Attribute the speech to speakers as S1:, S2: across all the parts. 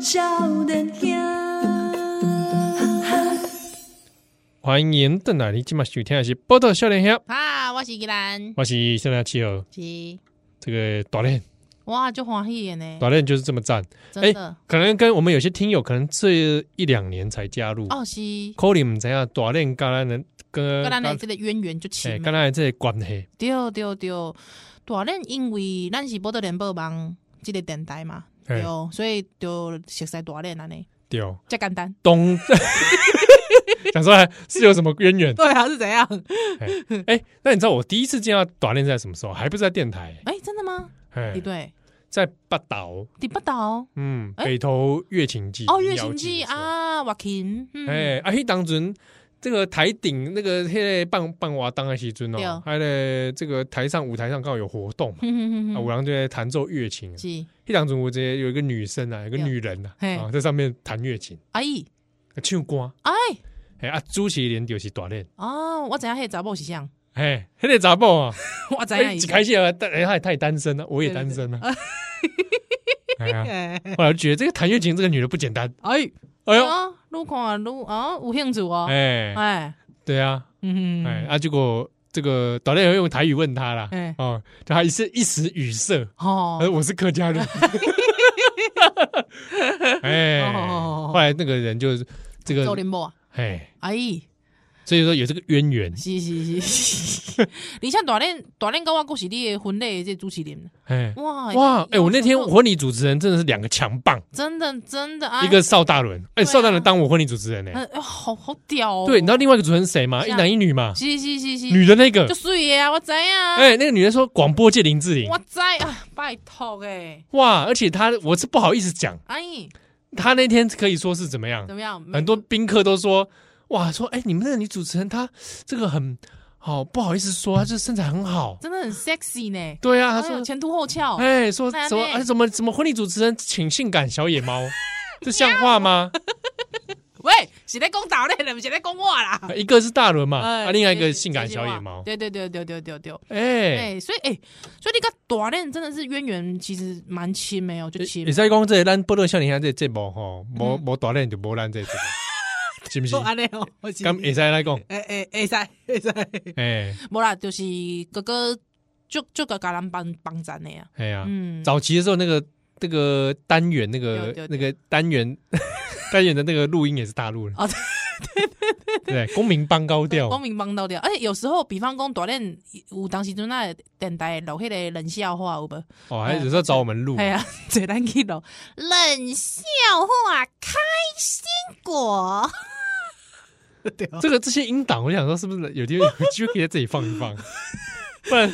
S1: 少年兄。
S2: 欢迎邓来，你今晚收听的是《报道少年兄》，
S3: 啊，我是吉兰，
S2: 我是现在七号。
S3: 是
S2: 这个短链，
S3: 哇，就欢喜的呢，
S2: 短链就是这么赞。
S3: 真的
S2: 可能跟我们有些听友，可能这一两年才加入，
S3: 哦，是
S2: 可能怎样短链刚才能跟
S3: 跟咱的这个渊源就起
S2: 哎，，呃刚
S3: 对
S2: 才这个关系，
S3: 对对，大咱因为咱是波特联播网这个电台嘛，
S2: 哎
S3: 对，哦所以就熟悉大咱安尼，
S2: 对哦，
S3: 这简单，
S2: 东， 想说哎是有什么渊源？
S3: 对啊，是怎 样？
S2: 哎、那你知道我第一次见到短链是在什么时候？还不是在电台，
S3: 哎，真的吗？
S2: 哎
S3: 对，对，
S2: 在八岛，
S3: 你不倒
S2: 嗯，
S3: 哎
S2: 北投月琴季
S3: 哦，月行记，啊，我琴，
S2: 民谣季的时候
S3: 嗯，
S2: 哎、啊，迄当阵这个台顶那个迄个棒棒娃当的时阵
S3: 对
S2: 哦
S3: 哦，
S2: 还在这个台上舞台上刚好有活动嘛，
S3: 哼哼哼
S2: 啊，
S3: 哼
S2: 五郎就在弹奏乐琴，
S3: 嗯
S2: 啊
S3: 是，
S2: 迄当阵我直接有一个女生啊，有一个
S3: 对
S2: 女人啊，
S3: 嘿
S2: 啊，在上面弹乐琴，啊
S3: 哎
S2: 唱歌，
S3: 哎，
S2: 哎、啊，朱其连就是短链，
S3: 哦，我知影迄个查某是 啥，
S2: 哎、迄、个查某啊。
S3: 我知
S2: 哎，
S3: 影
S2: 一
S3: 伊，
S2: 开始啊，但哎，他也太单身了，我也单身了。 哎呀，后来就觉得这个谭月琴这个女的不简单。
S3: 哎。
S2: 哎呦，
S3: 哦，愈看愈哦，有兴趣哦，
S2: 哎，
S3: 哎，
S2: 对啊，
S3: 嗯，
S2: 哎啊，结果这个导弹有用台语问他啦
S3: 哎，
S2: 哦，他一时一时语塞，
S3: 哦
S2: 而，我是客家 人。 哎，
S3: 哦
S2: 后来那个人就是这
S3: 周
S2: 个
S3: 林波，
S2: 哎，
S3: 哎，
S2: 所以说有这个渊源。
S3: 是 是是，你像大练大练跟我故是你的婚礼的这主持人，
S2: 哎
S3: 哇
S2: 哇，哎，我那天
S3: Oh 有
S2: 婚礼主持人真的是两个强棒，
S3: 真的真的啊，
S2: 一个邵大伦，哎，
S3: 对啊
S2: 邵大伦当我婚礼主持人呢。
S3: 呃哎好好屌哦，
S2: 对，你知道另外一个主持人是谁吗？一
S3: 是啊
S2: 男一女嘛，
S3: 是是是是，
S2: 女的那个
S3: 就，水的啊，我知啊，
S2: 哎，那个女的说广播界林志玲
S3: 我，知啊，拜托诶，
S2: 哇，而且她我是不好意思讲，
S3: 哎，
S2: 她那天可以说是怎么样
S3: 怎，么样？
S2: 很多宾客都说，哇，说哎，你们那个女主持人她这个很好，不好意思说，她这身材很 好，
S3: 真的很 sexy 呢，
S2: 对啊，她
S3: 哎呦
S2: 说，
S3: 前凸后翘，
S2: 哎，说
S3: 那
S2: 什么，
S3: 那
S2: 哎，怎么怎么婚礼主持人请性感小野 猫，这像话吗？
S3: 喂，是在讲大练，不是在讲我啦。
S2: 一个是大伦嘛，
S3: 哎
S2: 啊，另外一
S3: 这
S2: 个
S3: 句
S2: 性感
S3: 这句
S2: 小野
S3: 话
S2: 猫，
S3: 对对对对对对对。
S2: 哎，
S3: 哎，所以哎，所以你跟大练真的是渊源其实蛮亲的哦，就亲
S2: 也。在讲这个咱波多少年兄这个节目吼，无
S3: 嗯
S2: 无大练就无咱这个节目，是 不是？
S3: 尼哦，我是
S2: 咁会使来 讲，
S3: 哎哎哎塞哎塞，
S2: 哎
S3: 无啦，就是哥哥就就个甲咱帮帮咱的呀。
S2: 哎呀，
S3: 嗯，
S2: 早期的时候那个那个单元那个
S3: 对对
S2: 那
S3: 对
S2: 个单元 单元的那个录音也是大陆人
S3: 哦
S2: 对对对，公民帮高调，
S3: 光明帮到掉。而且有时候，比方讲大练有当时阵那电台录迄个冷笑话有无？
S2: 哦，还有时候找我们录
S3: 哎，呀，坐咱去录冷笑话开心果。
S2: 这个这些音档，我想说是不是有天有机会可以在这里放一 放，不然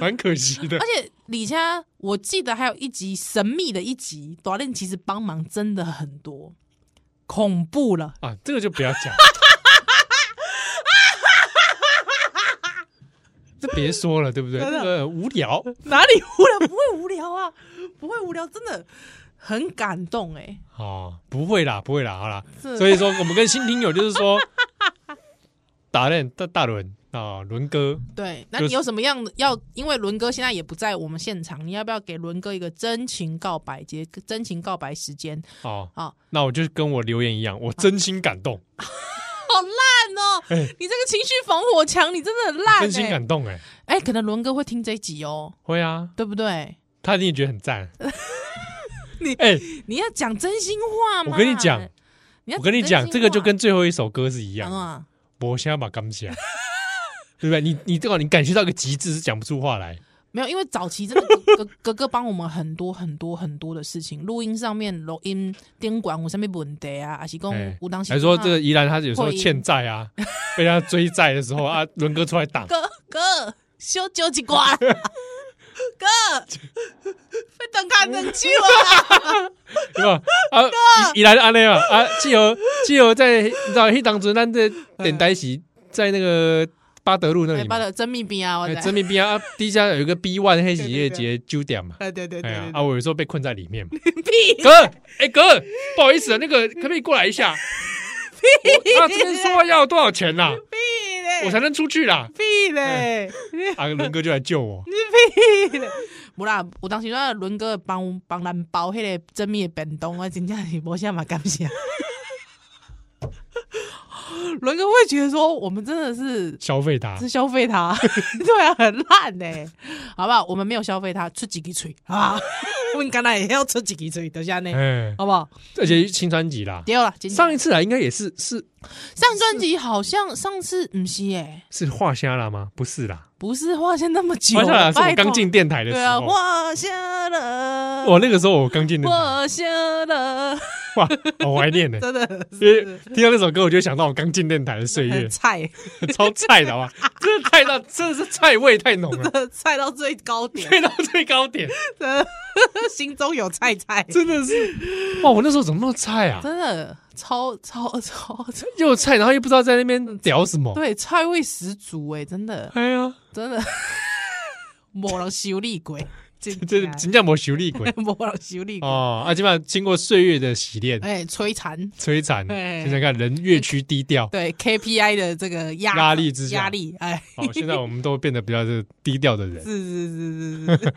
S2: 蛮可惜的
S3: 而。且李佳，我记得还有一集神秘的一集，短链其实帮忙真的很多，恐怖了。
S2: 啊，这个就不要讲，这别说了，对不对？
S3: 真的
S2: 那个无聊，
S3: 哪里无聊？ 不会无聊啊，不会无聊，真的很感动哎、
S2: 哦，不会啦，不会啦，好啦。
S3: 是
S2: 所以说，我们跟新听友就是说， 打练大大伦啊，伦哥，
S3: 对，那
S2: 就是
S3: 你有什么样的要？因为伦哥现在也不在我们现场，你要不要给伦哥一个真情告白节、真情告白时间？啊
S2: 哦，
S3: 好
S2: 那我就跟我留言一样，我真心感动，
S3: 好烂哦、
S2: 哎
S3: 你这个情绪防火墙，你真的很烂、欸。
S2: 真心感动，哎，
S3: 哎、可能伦哥会听这一集哦、
S2: 会啊，
S3: 对不对？
S2: 他一定觉得很赞。
S3: 你
S2: 哎，
S3: 你要讲真心话吗？
S2: 我跟你讲，
S3: 要
S2: 我跟你讲，
S3: 真心
S2: 这个就
S3: 话
S2: 跟最后一首歌是一样的，
S3: 啊，
S2: 我先把感想，对不对？你你这个你感觉到一个极致是讲不出话来，
S3: 没有，因为早期真的 哥哥哥哥帮我们很多很多很多的事情，录音上面录音监管有什么问题啊，还是讲
S2: 哎
S3: 有当时
S2: 还说这个宜兰他有时候
S3: 会赢
S2: 欠债啊，被他追债的时候啊，伦哥出来挡，
S3: 哥哥小酒 一罐，哥，别等看很久 啊，
S2: 对吧？啊，宜宜兰安内嘛，啊，既有既有在你知道，迄当时咱这点台是在那个巴德路那
S3: 哎
S2: 里
S3: 把
S2: 嘛，
S3: 的真秘密啊，我
S2: 哎，
S3: 在
S2: 真面边啊，底下有一个 B One 黑企业节九点嘛，
S3: 哎对对
S2: 哎
S3: 对
S2: 呀
S3: 对，
S2: 啊，我有时候被困在里面嘛，
S3: 屁
S2: 哥，哎哥，不好意啊思，那个可不可以过来一下？我啊，这边说要多少钱呐？
S3: 屁嘞，
S2: 我才能出去啦。
S3: 屁嘞！
S2: 啊，伦哥就来救 我，
S3: 无啦，有当时我伦哥帮帮咱包迄个珍蜜的便当，我真正是无啥嘛感 谢。伦哥会觉得说，我们真的是
S2: 消费他
S3: 是。消费他， 对啊，很烂呢、好不好？我们没有消费他，出几支嘴啊， 我们刚才也要出几支嘴，等下呢，
S2: 哎，
S3: 好不好？
S2: 而且新专辑啦，
S3: 对了，
S2: 上
S3: 上
S2: 一次啊来应该也是是
S3: 上专辑好像上次唔是诶、
S2: 是画虾啦吗？不是啦，
S3: 不是画线那么久，
S2: 画虾啦是我
S3: 拜托
S2: 刚进电台的时
S3: 对啊，
S2: 候，
S3: 画下了，
S2: 我那个时候我刚进电台，
S3: 画下了，
S2: 哇，好怀念呢。
S3: 真的是
S2: 因为听到那首歌，我就想到我刚进电台的岁 月
S3: 很，菜，
S2: 超菜的好吧？真的菜到真的是菜味太浓了，
S3: 菜到最高点，
S2: 菜到最高点，
S3: 真的心中有菜菜，
S2: 真的是哇！我那时候怎么那么菜啊？
S3: 真的超超超超，
S2: 又菜，然后又不知道在那边屌什么。
S3: 对，菜味十足哎、真的
S2: 哎呀，
S3: 真的， 无人修理过，真
S2: 这
S3: 的
S2: 真正没修理 鬼
S3: 无人修理过，
S2: 哦！啊，基本上经过岁月的洗炼、
S3: 哎、摧残。
S2: 摧残，
S3: 哎
S2: 现在看人越趋低调。
S3: 对 KPI 的这个压
S2: 压力之下
S3: 压力，哎，
S2: 哦，现在我们都变得比较 是低调的人
S3: 是是是是是，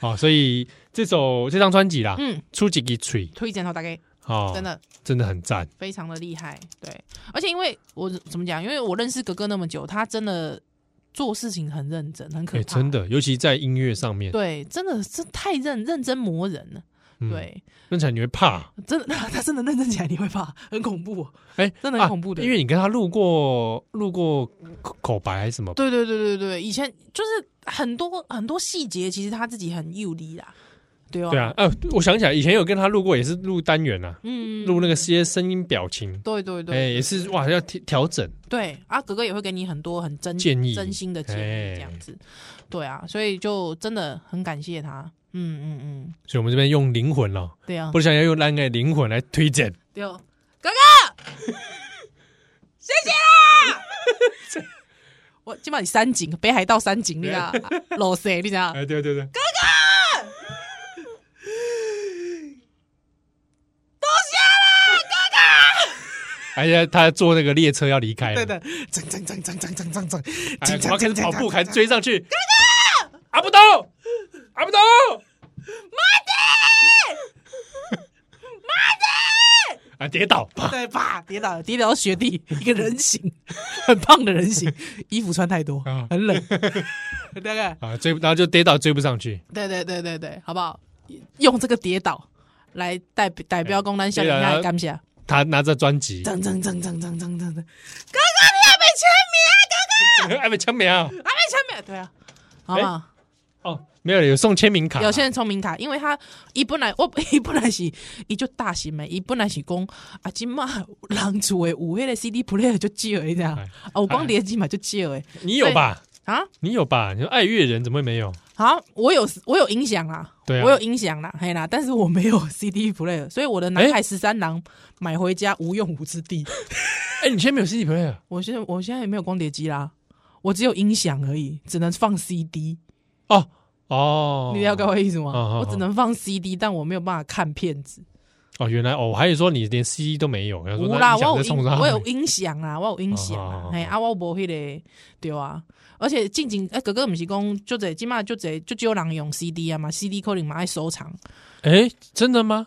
S2: 哦，所以这首这张专辑啦，
S3: 嗯，
S2: 出几个锤
S3: 推荐到大概
S2: 哦，
S3: 真的
S2: 真的很赞，
S3: 非常的厉害，对，而且因为我怎么讲，因为我认识格格那么久，他真的做事情很认真，很可
S2: 哎，
S3: 怕，
S2: 真的，尤其在音乐上面，
S3: 对，真的是太认认真磨人了，
S2: 嗯，
S3: 对，
S2: 那才你会 怕，
S3: 真的他真的认真起来你会怕，很恐怖哦、
S2: 哎，
S3: 真的很
S2: 啊
S3: 恐怖的
S2: 因为你跟他录过录过口口白还是什么，
S3: 对对对对对，以前就是很多很多细节，其实他自己很幼离啦，对哦吧？
S2: 对啊，呃，我想起来以前有跟他录过，也是录单元啊，
S3: 嗯，
S2: 录那个些声音表情，
S3: 对对对，
S2: 哎，也是哇，要调调整，
S3: 对啊，哥哥也会给你很多很真
S2: 建议
S3: 真心的建
S2: 哎
S3: 议，这样子。对啊，所以就真的很感谢他。嗯嗯嗯，
S2: 所以我们这边用灵魂了，
S3: 对啊
S2: 不，想要用那个灵魂来推荐，
S3: 对啊，哥哥，谢谢啦！ 我今晚你山景，北海道山景，你知道？老谁？你知道？
S2: 哎，对对对， 哎呀，他坐那个列车要离开了，
S3: 对的，蹭蹭蹭蹭蹭蹭蹭蹭，
S2: 哎，我要开始跑步，
S3: 开
S2: 开始追上去。哥哥，阿布斗，阿布斗，马蒂，马蒂，啊，跌倒，啪
S3: 对吧？跌倒了，跌倒到雪地，一个人形，很胖的人形，衣服穿太 多
S2: 啊，
S3: 很冷，大概。
S2: 啊，追，然后就跌倒，追不上去。
S3: 对对对对对，好不好？用这个跌倒来代表代表公咱下面
S2: 对啊
S3: 下感谢，
S2: 他拿着专辑，
S3: 噔噔噔噔噔噔噔噔，
S2: 哎，没签名啊？
S3: 啊，没签名，对啊，好不好？
S2: 哦，没有，有送签名卡啦。
S3: 有些人聪明卡，因为他伊本来我伊本来是伊就大型的，伊本来是讲啊，今嘛人厝的有迄个 CD player 就借的这样，
S2: 哎
S3: 啊，我光连机嘛就借的
S2: 你有吧？
S3: 啊
S2: 你有吧？你说爱乐人怎么会没有？
S3: 好，我有我有音响啦，
S2: 对啊
S3: 我有音响啦，嘿啦，但是我没有 CD player，所以我的南海十三郎买回家无用武之地。
S2: 哎，你现在没有 CD player？
S3: 我现在我现在也没有光碟机啦，我只有音响而已，只能放 CD。
S2: 哦哦，
S3: 你了解我意思吗？
S2: 哦哦哦
S3: 我只能放 CD，但我没有办法看片子。
S2: 哦，原来哦，我还以为说你连 CD 都没有，我想说
S3: 有
S2: 那
S3: 啦，
S2: 你想
S3: 我
S2: 在
S3: 有
S2: 冲
S3: 音
S2: 啥？
S3: 我有音响啦，我有音响
S2: 哦哦哦
S3: 啦
S2: 哦，
S3: 嘿啊，我无迄个对啊。而且近近哎，哥哥毋是讲，就这即码就这就只有人用 CD 啊嘛，CD 可能嘛爱收藏，
S2: 哎，真的吗？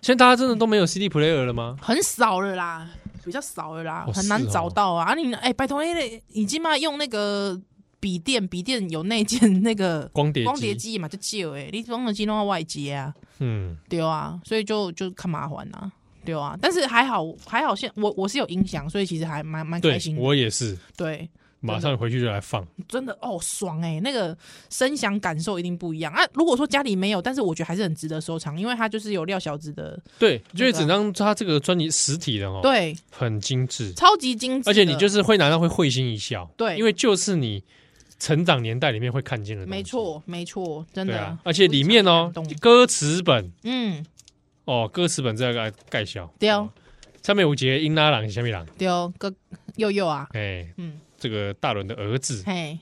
S2: 现在大家真的都没有 CD player 了吗？
S3: 很少了啦，比较少了啦，
S2: 哦
S3: 很难
S2: 是哦
S3: 找到啊。啊你哎，拜托，那个你即码用那个笔电，笔电有内建那个
S2: 光碟
S3: 光碟，机嘛就借诶，你光碟机弄到外接啊，
S2: 嗯，
S3: 对啊，所以就就看麻烦啊，对啊，但是还好还好现我我是有音响，所以其实还蛮蛮
S2: 对
S3: 开心的，
S2: 我也是，
S3: 对，
S2: 马上回去就来放。
S3: 真的哦爽诶，那个声响感受一定不一样啊。如果说家里没有，但是我觉得还是很值得收藏，因为它就是有廖小子的，
S2: 对，
S3: 那
S2: 因
S3: 个
S2: 为整张他这个专辑实体的哦，，
S3: 对，
S2: 很精致，
S3: 超级精致的，
S2: 而且你就是会拿到会会心一笑，
S3: 对
S2: 因为就是你成长年代里面会看见的，
S3: 没，错没错，真
S2: 对
S3: 的，
S2: 啊，而且里面哦
S3: 非常感动，
S2: 歌词本
S3: 嗯，
S2: 哦，歌词本这个盖小，
S3: 对哦
S2: 下面五节英拉郎，下面郎，
S3: 对哦，哥佑佑啊，
S2: 哎，
S3: 嗯，
S2: 这个大伦的儿子，
S3: 嘿，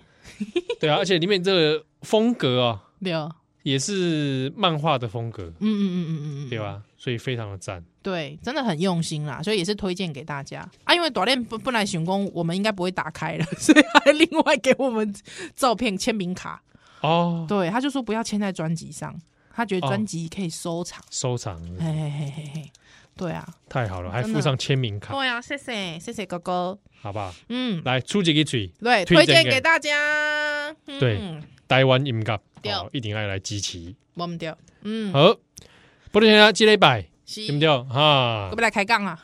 S2: 对啊，而且里面这个风格啊、
S3: 对哦，
S2: 也是漫画的风格，
S3: 嗯嗯嗯嗯嗯嗯，
S2: 对吧？所以非常的赞。
S3: 对，真的很用心啦，所以也是推荐给大家啊。因为短链不不来寻工，我们应该不会打开了， 所以还另外给我们照片签名卡。
S2: 哦，
S3: 对，他就说不要签在专辑上，他觉得
S2: 哦
S3: 专辑可以收藏。
S2: 收藏
S3: 嘿嘿嘿嘿嘿，对啊，
S2: 太好了，还
S3: 真的
S2: 附上签名卡，
S3: 对啊，谢谢谢谢哥哥，
S2: 好不好？
S3: 嗯，
S2: 来，出几个嘴，
S3: 对，
S2: 推
S3: 推
S2: 荐
S3: 荐
S2: 给
S3: 给大家。嗯
S2: 对，台湾音乐
S3: 对
S2: 哦，一定要来支持。
S3: 忘不掉，嗯，
S2: 好，不对啊，积累百，
S3: 是
S2: 对不，对？哈
S3: 要 不，要来开杠啊？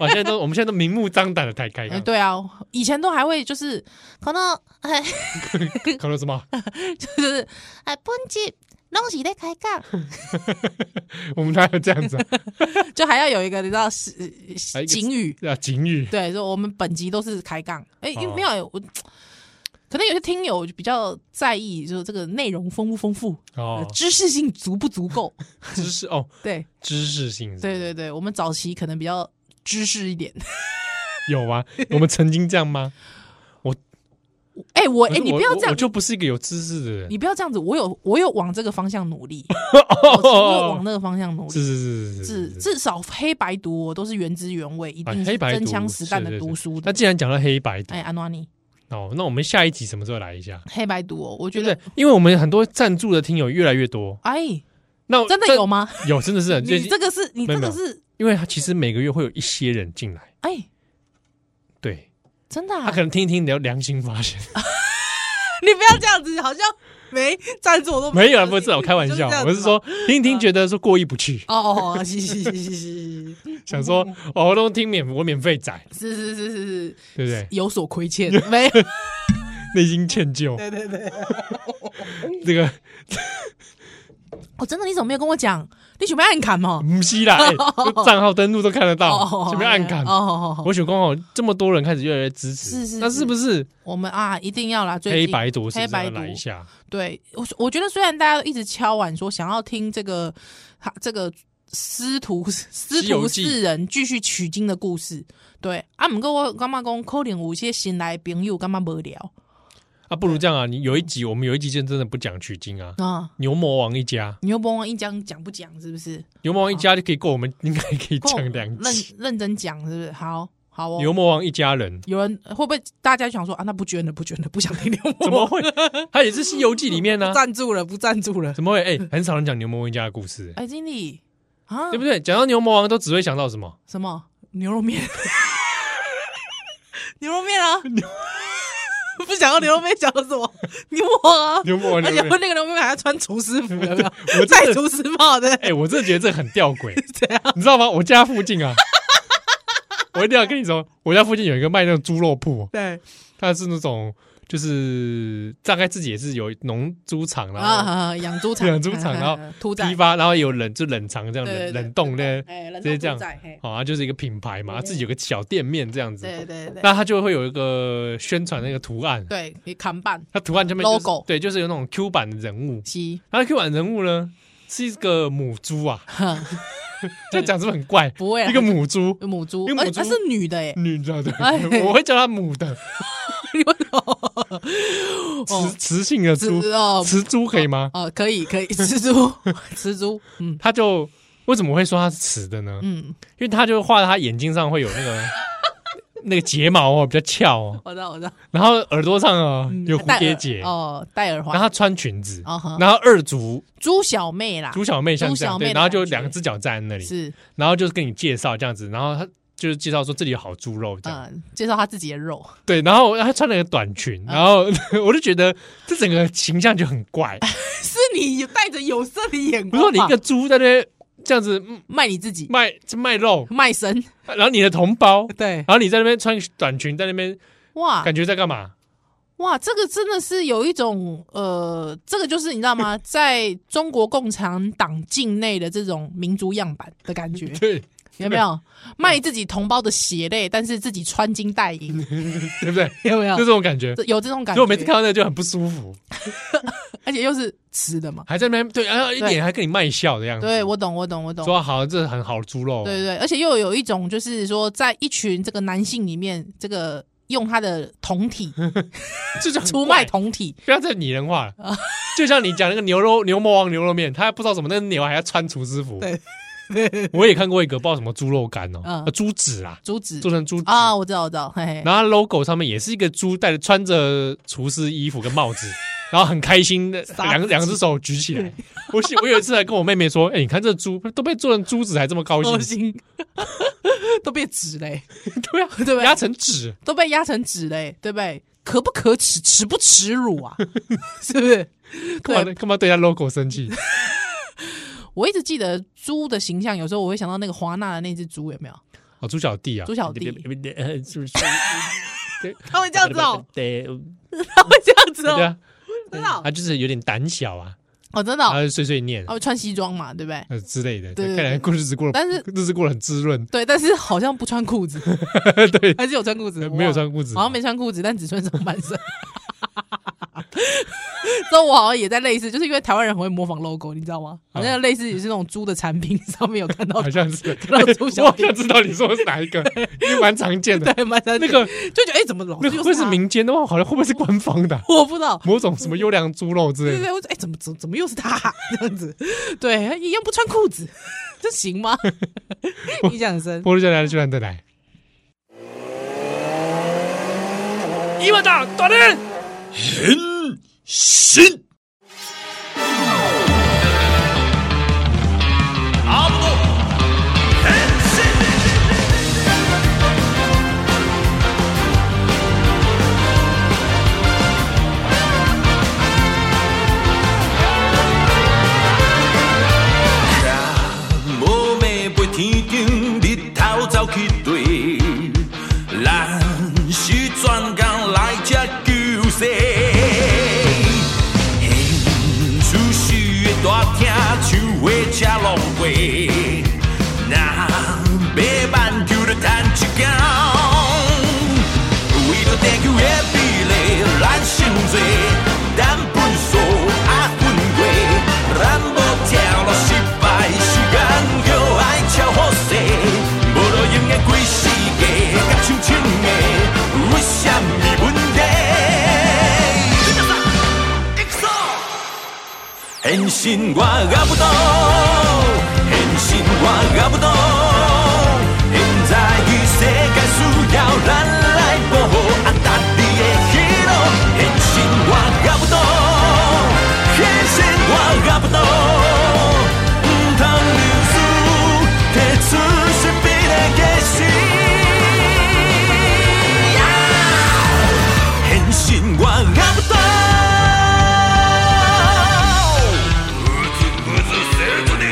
S2: 我现在都我们现在都明目张胆的太开
S3: 哎，
S2: 了，
S3: 对啊，以前都还会就是可能哎
S2: 看到什么？
S3: 就是哎，本集拢是在开杠，
S2: 我们哪有这样子啊？
S3: 就还要有一个你知道是
S2: 还有一个
S3: 警语，
S2: 啊，警语
S3: 对，说我们本集都是开杠，哎、因
S2: 哦
S3: 为没有我。可能有些听友就比较在意，就是这个内容丰不丰富，呃
S2: 哦，
S3: 知识性足不足够。
S2: 知识哦，
S3: 对
S2: 知识性，
S3: 对，对对，我们早期可能比较知识一点。
S2: 有吗？ 我们曾经这样吗？
S3: 哎、 我哎、
S2: 可是
S3: 你不要
S2: 我
S3: 这样
S2: 我，就不是一个有知识的人
S3: 你。不要这样子。我有我有往这个方向努 力，
S2: 哦
S3: 我有往那个方向努力
S2: 是。是是是
S3: 至
S2: 是是。
S3: 至少黑白读我都是原汁原味，一
S2: 哎
S3: 定
S2: 黑
S3: 是
S2: 白
S3: 真
S2: 读
S3: 枪实弹
S2: 是
S3: 的
S2: 是
S3: 读书
S2: 那
S3: 的。
S2: 既然讲到黑白的
S3: 哎，安诺尼
S2: 哦，那我们下一集什么时候来一下？
S3: 黑白读哦，我觉
S2: 对不对
S3: 得？
S2: 因为我们很多赞助的听友越来越多，
S3: 哎，
S2: 那
S3: 真的有吗？
S2: 有，真的是哦很最
S3: 你
S2: 近
S3: 这，个是你
S2: 没有
S3: 这个
S2: 没
S3: 是
S2: 因为他其实每个月会有一些人进来，
S3: 哎，
S2: 对
S3: 真的啊
S2: 他可能听一听，聊良心发现，
S3: 你不要这样子，好像没赞助我都
S2: 没有啊，不是我开玩笑，我是说听一听觉得说过意不去，
S3: 哦哦，哦是是是是是
S2: 想说哦，我都听免我免费仔，
S3: 是是是是是
S2: 对不 对？
S3: 有所亏欠， 没有
S2: 内心歉疚，
S3: 对对对，
S2: 这个
S3: 哦，真的你怎么没有跟我讲？你准备暗砍吗？
S2: 不是啦，哎账号登录都看得到，前面暗砍
S3: 哦。哦哦，
S2: 我想刚好这么多人开始越来越支持，
S3: 是是
S2: 那是不是
S3: 我们啊一定要啦，最
S2: 黑
S3: 近
S2: 白读是不
S3: 黑
S2: 是要
S3: 白
S2: 来
S3: 读
S2: 一下？
S3: 对我，我觉得虽然大家一直敲碗说想要听这个，他这个师徒师
S2: 西游
S3: 徒
S2: 记
S3: 四人继续取经的故事，对啊，不过我感觉讲可能有些新来的朋友感觉无聊
S2: 啊，不如这样啊，你有一集我们有一集就真的不讲取经啊，
S3: 啊，
S2: 牛魔王一家，
S3: 你又不忘一讲讲不讲是不是？
S2: 牛魔王一家就可以够我们应该可以讲两
S3: 认
S2: 集。
S3: 认真讲是不是？好好哦。
S2: 牛魔王一家人
S3: 有人会不会大家想说啊？那不捐了，不捐了，不想听牛
S2: 怎
S3: 魔
S2: 么
S3: 王，
S2: 会？他也是《西游记》里面呢、
S3: 不赞助了，不赞 助了。
S2: 怎么会？哎、很少人讲牛魔王一家的故事、哎
S3: 哎，经理啊，
S2: 对不对？讲到牛魔王，都只会想到什么？
S3: 什么牛肉面？ 牛肉面啊！不想要牛肉面，想要什么牛啊？
S2: 牛魔王牛
S3: 而且
S2: 魔王。
S3: 那个牛肉面还要穿厨师服，有没
S2: 我
S3: 有？戴厨师帽的，
S2: 哎、我真的觉得这很吊 诡，你知道吗？我家附近啊，我一定要跟你说，我家附近有一个卖那种猪肉铺，
S3: 对
S2: 它是那种就是大概自己也是有农猪场，然后
S3: 啊，养猪场，
S2: 哦
S3: 哎
S2: 养猪场，然后
S3: 屠宰
S2: 批，发，然后有冷就冷藏这样
S3: 对对
S2: 冷
S3: 对
S2: 冷冻呢，
S3: 哎，人
S2: 直接这样
S3: 屠宰，嘿
S2: 好啊，就是一个品牌嘛，自己有个小店面这样子，
S3: 对对对
S2: 那它就会有一个宣传那个图案，
S3: 对，你扛板
S2: 它图案上面就是
S3: Logo
S2: 对，就是有那种 Q 版的人物，
S3: 鸡，
S2: 然后 Q 版人物呢是一个母猪啊，
S3: 哼
S2: 这样讲是不是很 怪？
S3: 不会啦啊
S2: 一个母猪，
S3: 母猪
S2: 一个，母
S3: 而
S2: 猪
S3: 且是女的哎，
S2: 你知道的
S3: 哎，
S2: 我会叫它母 的，雌雌性的猪，
S3: 哦
S2: 雌猪可以吗？
S3: 哦，可以可以，吃猪 吃猪，嗯
S2: 它就为什么会说它是雌的呢？
S3: 嗯，
S2: 因为它就画在它眼睛上会有那个 那个睫毛哦，比较翘哦，
S3: 我知道我知道，然
S2: 然后耳朵上啊有蝴蝶结，然
S3: 嗯哦，戴耳环
S2: 后，它穿裙子
S3: 哦哈，
S2: 然后二足
S3: 猪小妹啦，
S2: 猪小妹像这
S3: 猪
S2: 样
S3: 小妹
S2: 对，
S3: 的
S2: 然后就
S3: 感觉
S2: 两只脚站在那里，
S3: 是
S2: 然后就是跟你介绍这样子，然后他就是介绍说这里有好猪肉这样，
S3: 呃，介绍她自己的肉，
S2: 对，然后他穿了个短裙，
S3: 嗯
S2: 然后 我就觉得这整个形象就很怪，
S3: 是你有带着有色的眼
S2: 不是说
S3: 光吧，
S2: 你一个猪在那边这样子嗯
S3: 卖你自己
S2: 卖卖肉，
S3: 卖身，
S2: 然后你的同胞，
S3: 对
S2: 然，后你在那边穿短裙在那边，
S3: 哇
S2: 感觉在干嘛？，
S3: 哇，这个真的是有一种呃，这个就是你知道吗，在中国共产党境内的这种民族样板的感觉
S2: 对
S3: 有没有卖自己同胞的血泪，但是自己穿金戴银，
S2: 嗯对不对？
S3: 有没 有
S2: 就这？种感觉。
S3: 这有这种感
S2: 所以我
S3: 觉，
S2: 每次看到那个就很不舒服，
S3: 而且又是吃的嘛。
S2: 还在那边对，然后一脸还跟你卖笑的样子，
S3: 对，我懂，我懂，我懂。
S2: 说好这很好的猪肉，
S3: 对对对，而且又有一种就是说，在一群这个男性里面，这个用他的 酮体
S2: 这就很
S3: 出
S2: 怪
S3: 卖酮体，
S2: 不要再拟人化了。
S3: 啊
S2: 就像你讲那个牛肉牛魔王牛肉面，他还不知道什么，那个牛还要穿厨师服。
S3: 对，
S2: 我也看过一个，不知道什么猪肉干哦，
S3: 嗯
S2: 呃猪脂啊，
S3: 阻止
S2: 做成猪脂。
S3: 啊，我知道，我知道，嘿嘿，
S2: 然后它 logo 上面也是一个猪，戴着穿着厨师衣服跟帽子，然后很开心的
S3: 杀
S2: 两两只手举起 来。我是我有一次还跟我妹妹说：“哎、你看这猪都被做成猪脂，还这么高 兴
S3: 恶，心，都变纸嘞，
S2: 对啊，
S3: 对不对
S2: 压成纸。
S3: 都被压成纸嘞，对不对？可不可耻，耻不耻辱啊？ 是不是？
S2: 干
S3: 对
S2: 嘛干嘛对人家 logo 生气？
S3: 我一直记得猪的形象，有时候我会想到那个华纳的那只猪，有没有？
S2: 哦，猪小弟啊，
S3: 猪小弟
S2: 呃，猪
S3: 他会这样子哦，，
S2: 对
S3: 他会这样子
S2: 对
S3: 哦，
S2: 啊，
S3: 真的哦
S2: 他就是有点胆小啊，
S3: 哦，真的哦，
S2: 他就碎碎念
S3: 他会穿西装嘛，对不对？
S2: 呃之类的，
S3: 对对
S2: 看来
S3: 对
S2: 过日子过得
S3: 但是
S2: 日子过得很滋润，
S3: 对，但是好像不穿裤子，
S2: 对，
S3: 还是有穿裤子，
S2: 没有
S3: 我忘了
S2: 穿裤子，
S3: 好像没穿裤子，但只穿上半身。 之后我好像也在类似，就是因为台湾人很会模仿 logo，你知道吗？
S2: 啊
S3: 好像类似也是那种猪的产品上面有看 到
S2: 好，像是，
S3: 看到猪
S2: 哎我
S3: 小
S2: 好
S3: 弟
S2: 像，知道你说的是哪一个，因为蛮常见的。
S3: 对，蛮常
S2: 那
S3: 见
S2: 个
S3: 就觉得哎、怎么老
S2: 那
S3: 是
S2: 个
S3: 就
S2: 会是
S3: 它，
S2: 民间的话，好像会不会是官方 的啊？
S3: 我不知道。
S2: 某种什么优良猪肉之
S3: 对
S2: 类
S3: 对
S2: 的？
S3: 对，我说哎、怎么怎么怎么又是他这样子？对，一样不穿裤子， 这 行吗？印象很深。
S2: 波多叫来居然的来。伊万大大人，
S1: 神。无尾飞天顶，日头走去地，咱是专工来这救世。现出世的大厅，像火车浪飞，若要挽救着趁一天。为了地球的美丽，咱想做，咱分数啊分过，咱无跳落失败，时间叫爱超好势，无路用的规世界，甲像唱的，为什么问题？変身はガブド変身はガブド現在世界需要ランライボー当たりへヒーロー変身はガブド変身はガブドんたんにす鉄しびれ消し変身はガブドうずうず生徒に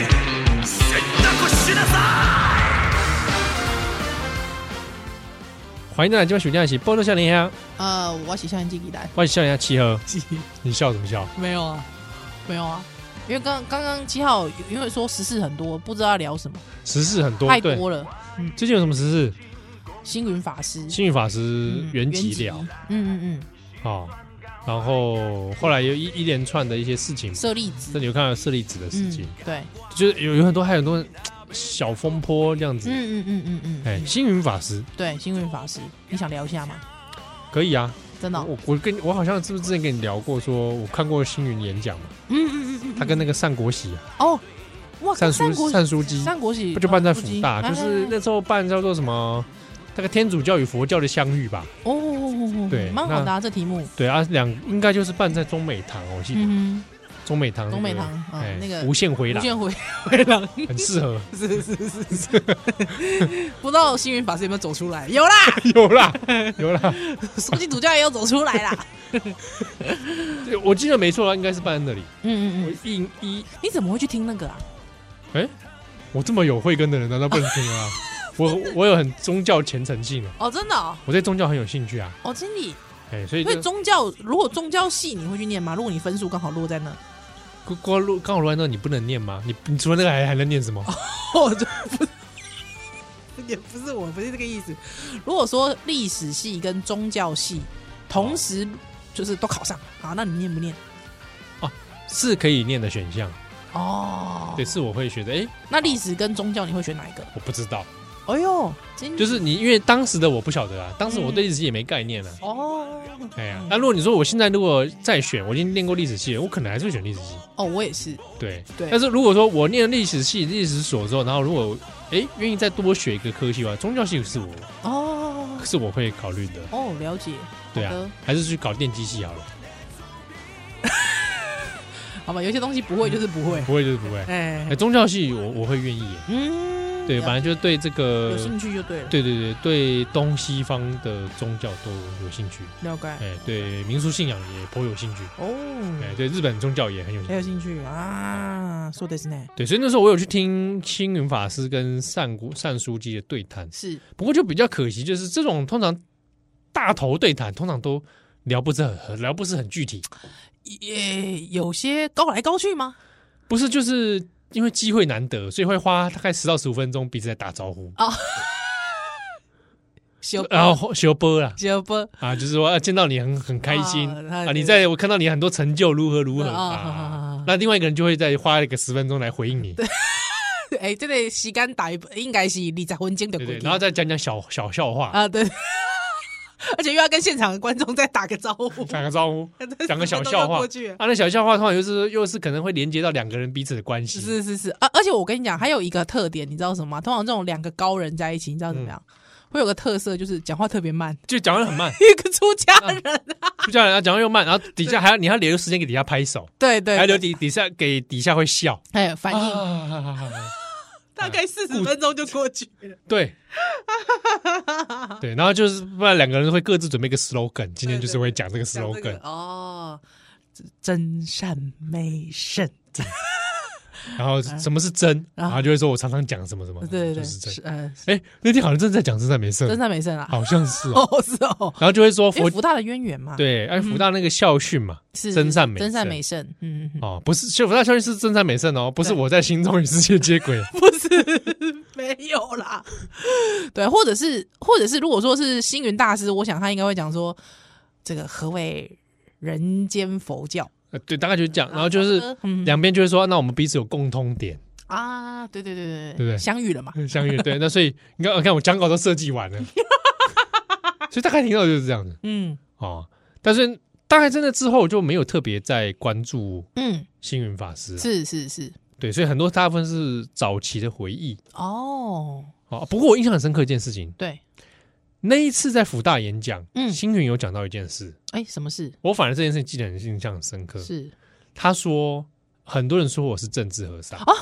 S1: 洗濯しなさい
S2: 欢迎大家今晚暑假一起波多笑脸呀，
S3: 呃，我喜欢这个来，
S2: 欢迎笑脸呀七和， 你笑什么笑？
S3: 没有啊，没有啊，因为刚刚刚七号因为说时事很多，不知道要聊什么，
S2: 时事很多
S3: 太，
S2: 对，
S3: 多了。
S2: 最近有什么时事？
S3: 星云法师，
S2: 星云法师
S3: 嗯
S2: 原籍了，
S3: 嗯嗯
S2: 哦，然后后来有一一连串的一些事情
S3: 嗯，，舍利
S2: 这
S3: 子，
S2: 里有看到舍利子的事
S3: 嗯
S2: 情，，
S3: 对，
S2: 就是有有很多还有很多小风波这样子。
S3: 嗯嗯嗯嗯嗯，
S2: 哎，星云法师
S3: 对，星云法师，你想聊一下吗？
S2: 可以啊，
S3: 真的哦、
S2: 我我跟我好像是不是之前跟你聊过，说我看过星云演讲嘛，
S3: 嗯嗯嗯嗯，
S2: 他跟那个单国玺啊、
S3: 哦，哇，
S2: 单
S3: 三
S2: 书
S3: 国
S2: 单书基，
S3: 三国喜
S2: 不就办在福大，
S3: 啊
S2: 就
S3: 书记
S2: 是
S3: 哎哎哎
S2: 那时候办叫做什么？那个天主教与佛教的相遇吧，
S3: 哦哦哦哦，哦
S2: 对
S3: 蛮好的啊，这题目，
S2: 对啊，两应该就是办在中美堂，哦我记得
S3: 嗯
S2: 中美堂那
S3: 哼，
S2: 个，
S3: 东北堂啊
S2: 哎，，
S3: 那个
S2: 无限回
S3: 吴
S2: 廊，
S3: 建回回廊，
S2: 很适合。
S3: 是是是是，不知道星云法师有没有走出来？有啦，
S2: 有啦，有啦，
S3: 书记主教也有走出来啦。
S2: 对我记得没错，啊应该是办在那里。
S3: 嗯
S2: 我
S3: 嗯嗯，
S2: 一一，
S3: 你怎么会去听那个啊？
S2: 我这么有慧根的人，难道不能听啊？ 我我有很宗教虔诚性啊，
S3: 哦，真的哦，
S2: 我对宗教很有兴趣啊，
S3: 哦，经理，
S2: 哎，所以
S3: 所以
S2: 就
S3: 宗教如果宗教系你会去念吗？如果你分数刚好落在那，
S2: 刚刚录刚好录完那你不能念吗？你你除了那个还还能念什么？
S3: 我就不也不是我不是这个意思。如果说历史系跟宗教系同时就是都考上，好，那你念不念？
S2: 是可以念的选项，
S3: 哦
S2: 对，，是我会学的。哎，
S3: 那历史跟宗教你会选哪一个？
S2: 我不知道，
S3: 哎呦，真
S2: 就是你因为当时的我不晓得啊，当时我对历史系也没概念啊。
S3: 哦
S2: 哎呀，那如果你说我现在如果再选，我已经念过历史系了，我可能还是会选历史系。
S3: 哦，我也是，
S2: 对，
S3: 对
S2: 但是如果说我念历史系、历史所之后，然后如果哎愿意再多学一个科系的话，宗教系是我
S3: 哦
S2: 是我会考虑的。
S3: 哦，了解，
S2: 对
S3: 好的
S2: 啊，还是去搞电机系好了，
S3: 好吧，有些东西不会就是不会，
S2: 不会就是不 会。
S3: 哎
S2: 哎，，宗教系我我会愿意耶，
S3: 嗯，
S2: 对，
S3: 了
S2: 反正就是对这个
S3: 有，兴趣就对了，
S2: 对对对，对东西方的宗教都有兴趣，
S3: 了解
S2: 哎，对民俗信仰也颇有兴趣，哎，
S3: 哦，
S2: 对日本宗教也很有兴
S3: 还
S2: 趣。
S3: 有兴趣啊，说的是呢，
S2: 对，所以那时候我有去听星云法师跟善古善书记的对谈，
S3: 是
S2: 不过就比较可惜，就是这种通常大头对谈，通常都聊不是很聊不是很具体，
S3: 也有些高来高去吗？
S2: 不是就是因为机会难得，所以会花大概十到十五分钟彼此在打招呼，
S3: 小
S2: 然后修波啦
S3: 小波
S2: 啊，就是说、啊、见到你很很开心
S3: 啊
S2: 啊
S3: 那
S2: 你在我看到你很多成就如何如何
S3: 啊
S2: 啊
S3: 啊啊啊啊
S2: 那另外一个人就会再花一个十分钟来回应你，对
S3: 哎，这个时间大应该是二十分钟的
S2: 对
S3: 过去，
S2: 然后再讲讲小小笑话，
S3: 啊，对， 而且又要跟现场的观众再打个招呼，
S2: 打个招呼。讲个小笑话
S3: 过去了。
S2: 啊，那小笑话通常又是又是可能会连接到两个人彼此的关系，
S3: 是是是，而、而且我跟你讲，还有一个特点，你知道什么吗？通常这种两个高人在一起，你知道怎么
S2: 嗯
S3: 样？会有个特色，就是讲话特别慢，
S2: 就讲的很慢，
S3: 一个出家
S2: 嗯
S3: 人，
S2: 就这样，然后讲话又慢，然后底下还要你还要留时间给底下拍手，
S3: 对对
S2: 还留
S3: 对，
S2: 底底下给底下会笑，
S3: 哎，反应、
S2: 啊
S3: 大概四十分钟就过去了。
S2: 对，对，然后就是不然两个人会各自准备一个 slogan，今天就是会讲这个
S3: 讲这
S2: slogan，
S3: 个哦，真善美圣，
S2: 然后什么是真，
S3: 然
S2: 然
S3: 后
S2: 后就会说我常常讲什么什么，
S3: 对
S2: 就
S3: 啊对对，
S2: 是真
S3: 是。呃，
S2: 哎，那天好像正在讲真善美
S3: 真
S2: 色，
S3: 善美圣啊，
S2: 好像是哦，
S3: 哦是哦，
S2: 然后就会说
S3: 因
S2: 佛
S3: 为福大的渊源嘛，，
S2: 对，哎，福大那个校训嘛，
S3: 是
S2: 真善美
S3: 真善
S2: 圣
S3: 美圣，嗯嗯嗯，
S2: 哦，不是，幸福大消息是真善美胜哦，不是
S3: 对
S2: 我在心中与世界接轨。
S3: 不是 没有啦， 对，或者是或者是如果说是星云大师，我想他应该会讲说这个何谓人间佛教
S2: 呃对，大概就是这样，然后就是
S3: 嗯
S2: 两边就会说，那我们彼此有共通点，
S3: 啊，对对对对
S2: 对不对
S3: 相遇了嘛，
S2: 相遇。对，那所以你看，你看我讲稿都设计完了，所以大概听到就是这样子
S3: 嗯
S2: 哦。但是大概真的之后就没有特别在关注
S3: 嗯，
S2: 星云法师、啊，
S3: 是是是，
S2: 对，所以很多大部分是早期的回忆
S3: 哦，
S2: 哦。不过我印象很深刻一件事情，
S3: 对，
S2: 那一次在福大演讲，
S3: 嗯
S2: 星云有讲到一件事，
S3: 哎，什么事？
S2: 我反而这件事记得很印象很深刻，
S3: 是
S2: 他说，很多人说我是政治和尚，
S3: 哦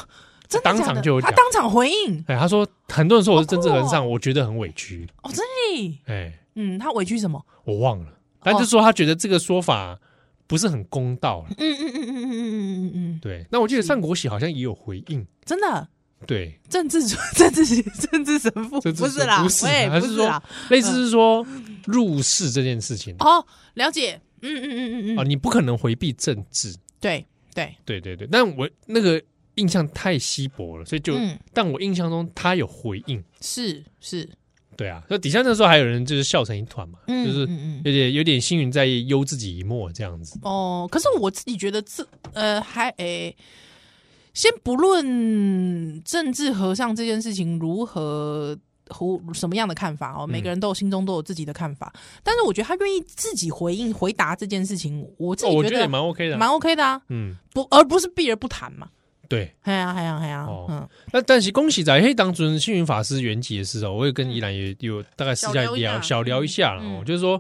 S3: 真的
S2: 当
S3: 假
S2: 场
S3: 的
S2: 就有
S3: 他
S2: 讲
S3: 当场回应
S2: 哎，他说很多人说我是政治和
S3: 好
S2: 尚，我觉得很委屈，
S3: 哦，真的，
S2: 哎，
S3: 嗯，他委屈什么？
S2: 我忘
S3: 哦
S2: 了，但就说他觉得这个说法不是很公道了。
S3: 嗯嗯嗯嗯嗯嗯嗯嗯，
S2: 对，那我记得
S3: 是
S2: 上国喜好像也有回应，
S3: 真的。
S2: 对，
S3: 政治 政治政治神父
S2: 政治
S3: 不
S2: 神
S3: 是啦，
S2: 不是啊
S3: 喂，
S2: 他
S3: 不
S2: 是
S3: 是
S2: 说
S3: 啦，
S2: 类似是说入世这件事情
S3: 哦，了解，嗯嗯嗯嗯
S2: 啊，
S3: 嗯，
S2: 你不可能回避政治，
S3: 对对，
S2: 对对对，但我那个印象太稀薄了，所以就，
S3: 嗯
S2: 但我印象中他有回应，
S3: 是是，
S2: 对啊，那底下那时候还有人就是笑成一团嘛，
S3: 嗯
S2: 就是
S3: 嗯嗯
S2: 有点有点星云在忧自己一默这样子，
S3: 哦，可是我自己觉得这呃还诶、先不论政治和尚这件事情如何。胡什么样的看法
S2: 嗯
S3: 哦？每个人都有心中都有自己的看法，但是我觉得他愿意自己回应回答这件事情，我自
S2: 哦，
S3: 己
S2: 我
S3: 觉
S2: 觉得
S3: 得
S2: 也蛮 OK 的啊，
S3: 蛮 OK 的啊，
S2: 嗯，
S3: 不而不是避而不谈嘛。
S2: 对。
S3: 哎呀哎呀哎呀
S2: 哦，
S3: 嗯，
S2: 那但是恭喜仔，嘿，当初星云法师圆寂的时候，我也跟依兰也有大概私下
S3: 嗯小聊一
S2: 聊
S3: 下
S2: 小聊一下啦
S3: 嗯
S2: 哦，就是说，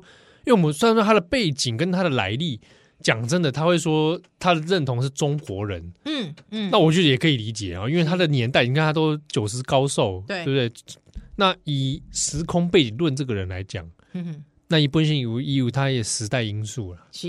S2: 因为我们虽然说他的背景跟他的来历，讲真的，他会说他的认同是中国人，
S3: 嗯嗯，
S2: 那我觉得也可以理解啊，因为他的年代，你看他都九十高寿，
S3: 对
S2: 对不对？那以时空背景论这个人来讲，
S3: 嗯哼
S2: 那一般性有也有他也时代因素了，
S3: 是，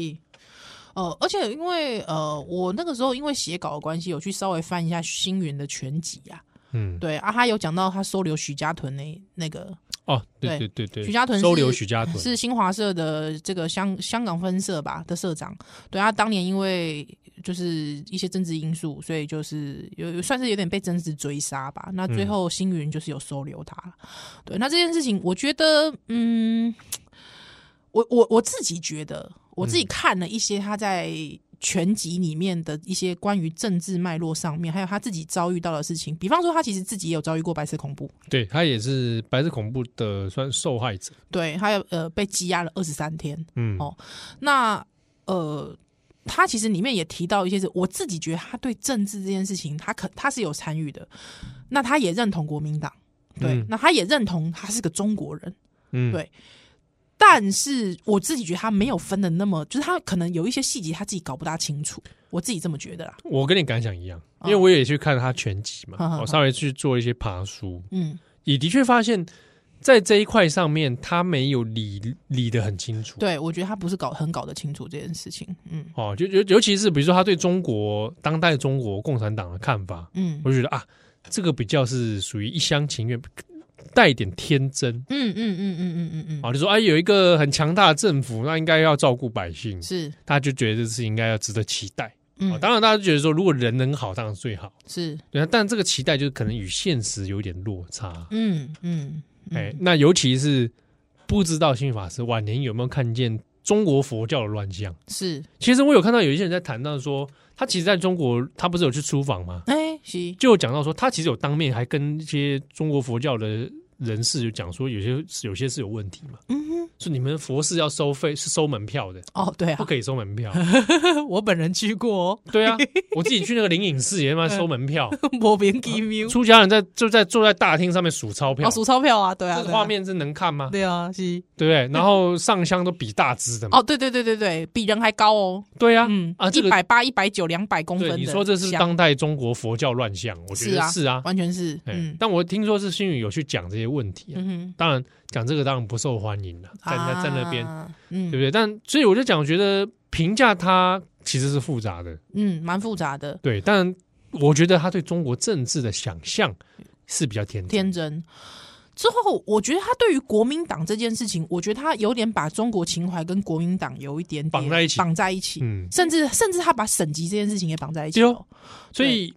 S3: 呃，而且因为呃，我那个时候因为写稿的关系，有去稍微翻一下星云的全集啊。
S2: 嗯，
S3: 对啊，他有讲到他收留许家屯那那个
S2: 哦，对对对
S3: 对
S2: 对，
S3: 许家屯
S2: 收
S3: 是
S2: 留许家屯
S3: 是新华社的这个香香港分社吧的社长。对他当年因为就是一些政治因素，所以就是有有算是有点被政治追杀吧。那最
S2: 嗯
S3: 后星云就是有收留他了。对，那这件事情，我觉得，嗯，我我我自己觉得，我自己看了一些他在全集里面的一些关于政治脉络上面，还有他自己遭遇到的事情，比方说他其实自己也有遭遇过白色恐怖，
S2: 对他也是白色恐怖的算受害者，
S3: 对，还有呃被羁押了二十三天，
S2: 嗯，
S3: 哦那呃，他其实里面也提到一些是我自己觉得他对政治这件事情，他可他是有参与的，那他也认同国民党，对，
S2: 嗯
S3: 那他也认同他是个中国人，
S2: 嗯，
S3: 对但是我自己觉得他没有分的那么，就是他可能有一些细节他自己搞不大清楚，我自己这么觉得啦，
S2: 我跟你感想一样，
S3: 哦
S2: 因为我也去看他全集嘛，
S3: 好好好
S2: 我稍微去做一些爬书，
S3: 嗯
S2: 也的确发现，在这一块上面他没有理理得很清楚，，
S3: 对，我觉得他不是搞很搞得清楚这件事情，嗯
S2: 哦，就尤尤其是比如说他对中国当代中国共产党的看法，
S3: 嗯
S2: 我就觉得啊，这个比较是属于一厢情愿，带一点天真。
S3: 嗯嗯嗯嗯嗯嗯嗯，
S2: 啊，就说啊，有一个很强大的政府，那应该要照顾百姓，
S3: 是，
S2: 他就觉得这是应该要值得期待。啊、
S3: 嗯
S2: 当然大家就觉得说，如果人能好，当然最好。
S3: 是，
S2: 对啊，但这个期待就是可能与现实有点落差。
S3: 嗯嗯，嗯
S2: 哎、那尤其是不知道新法师晚年有没有看见中国佛教的乱象？
S3: 是，
S2: 其实我有看到有一些人在谈到说，他其实在中国，他不是有去出访吗？
S3: 哎是，
S2: 就有讲到说，他其实有当面还跟一些中国佛教的人士有讲说，有些有些是有问题嘛，
S3: 嗯哼，
S2: 说你们佛寺要收费是收门票的，
S3: 哦对
S2: 不
S3: 啊，
S2: 可以收门 票。
S3: 我本人去过、哦，
S2: 对啊，我自己去那个灵隐寺也他妈收门 票，
S3: 我名其妙，
S2: 出家人在就在坐在大厅上面数钞票
S3: 哦，数钞票啊，对啊，
S2: 这个
S3: 对啊
S2: 画，面是能看吗？
S3: 对啊是，
S2: 对不对？然后上香都比大只的嘛。
S3: 哦对对对对对，比人还高哦，
S2: 对啊，
S3: 嗯
S2: 啊，这
S3: 一
S2: 个
S3: 百八、一百九、两百公分
S2: 对
S3: 的
S2: 你说这是不是
S3: 像
S2: 当代中国佛教乱象，我觉
S3: 是
S2: 得
S3: 啊
S2: 是啊。
S3: 完全是，
S2: 哎
S3: 嗯，
S2: 但我听说是新宇有去讲这些问题啊。
S3: 嗯
S2: 当然，讲这个当然不受欢迎了，
S3: 哼，
S2: 站在在那边，
S3: 啊，
S2: 对不
S3: 嗯
S2: 对？但所以我就讲，我觉得评价他其实是复杂的，
S3: 嗯，蛮复杂的，
S2: 对。但我觉得他对中国政治的想象是比较天真
S3: 天真。之后，我觉得他对于国民党这件事情，我觉得他有点把中国情怀跟国民党有一点点
S2: 绑在一起
S3: 绑在一起，
S2: 嗯，
S3: 甚至甚至他把省级这件事情也绑在一起、
S2: 对
S3: 哦
S2: 哦。所以，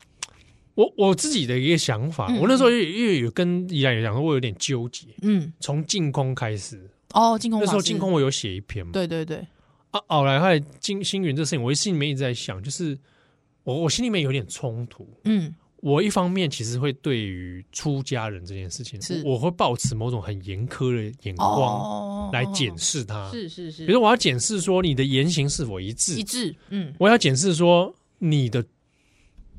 S2: 我我自己的一个想法，
S3: 嗯
S2: 我那时候也也有跟怡然有讲说，我有点纠结。
S3: 嗯，
S2: 从净空开始，
S3: 哦，净空
S2: 那
S3: 法
S2: 时候
S3: 师
S2: 净空，我有写一篇嘛。
S3: 对对对，
S2: 啊，后来后来金星云这事情，我心里面一直在想，就是我我心里面有点冲突。
S3: 嗯
S2: 我一方面其实会对于出家人这件事情
S3: 是，
S2: 我我会抱持某种很严苛的眼光
S3: 哦，
S2: 来检视他。
S3: 是是是，
S2: 比如说，我要检视说你的言行是否一致
S3: 一，致，嗯，
S2: 我要检视说你的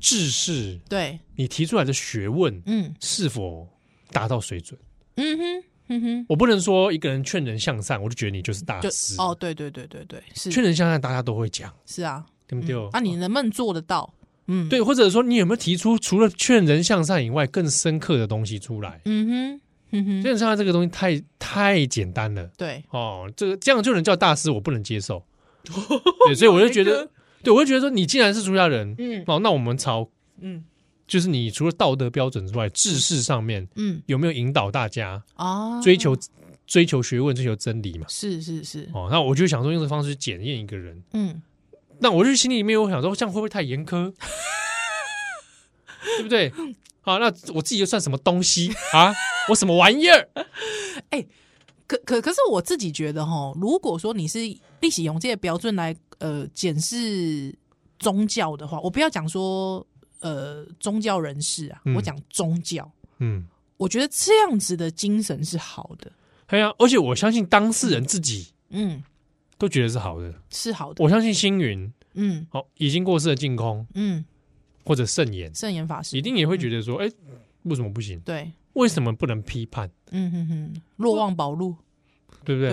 S2: 知识，
S3: 对，
S2: 你提出来的学问
S3: 嗯
S2: 是否达到水准。
S3: 嗯哼嗯哼，
S2: 我不能说一个人劝人向善，我就觉得你就是大
S3: 就
S2: 师。
S3: 哦，对对对对对，
S2: 劝
S3: 是
S2: 人向善，大家都会讲，
S3: 是啊，
S2: 对不对？哦
S3: 嗯那你能不能做得到？嗯，，
S2: 对，或者说你有没有提出除了劝人向善以外更深刻的东西出来？
S3: 嗯哼嗯哼，
S2: 劝人向善这个东西太太简单了
S3: 对，
S2: 哦，这个这样就能叫大师，我不能接 受。对，所以我就觉得，对我就觉得说，你既然是出家人，
S3: 嗯
S2: 哦，那我们朝
S3: 嗯
S2: 就是你除了道德标准之外，知识上面
S3: 嗯
S2: 有没有引导大家
S3: 啊，
S2: 追求追求学问、追求真理嘛？
S3: 是是是，
S2: 哦，那我就想说，用这个方式去检验一个人。
S3: 嗯，
S2: 那我就心里面我想说，这样会不会太严苛？ 对不对？好，那我自己又算什么东西啊？我什么玩意儿？
S3: 可可可是我自己觉得哈，如果说你是历史用这些标准来呃检视宗教的话，我不要讲说呃宗教人士啊，
S2: 嗯
S3: 我讲宗教，
S2: 嗯，
S3: 我觉得这样子的精神是好的，
S2: 对呀、而且我相信当事人自己
S3: 嗯，
S2: 都觉得是好的。
S3: 是好的，
S2: 我相信星云，
S3: 嗯
S2: 好、已经过世的净空
S3: 嗯，
S2: 或者圣言，
S3: 圣严法师
S2: 一定也会觉得说，哎、为什么不行？
S3: 对，
S2: 为什么不能批判？
S3: 嗯哼哼，若望宝路，
S2: 对不对？
S3: 对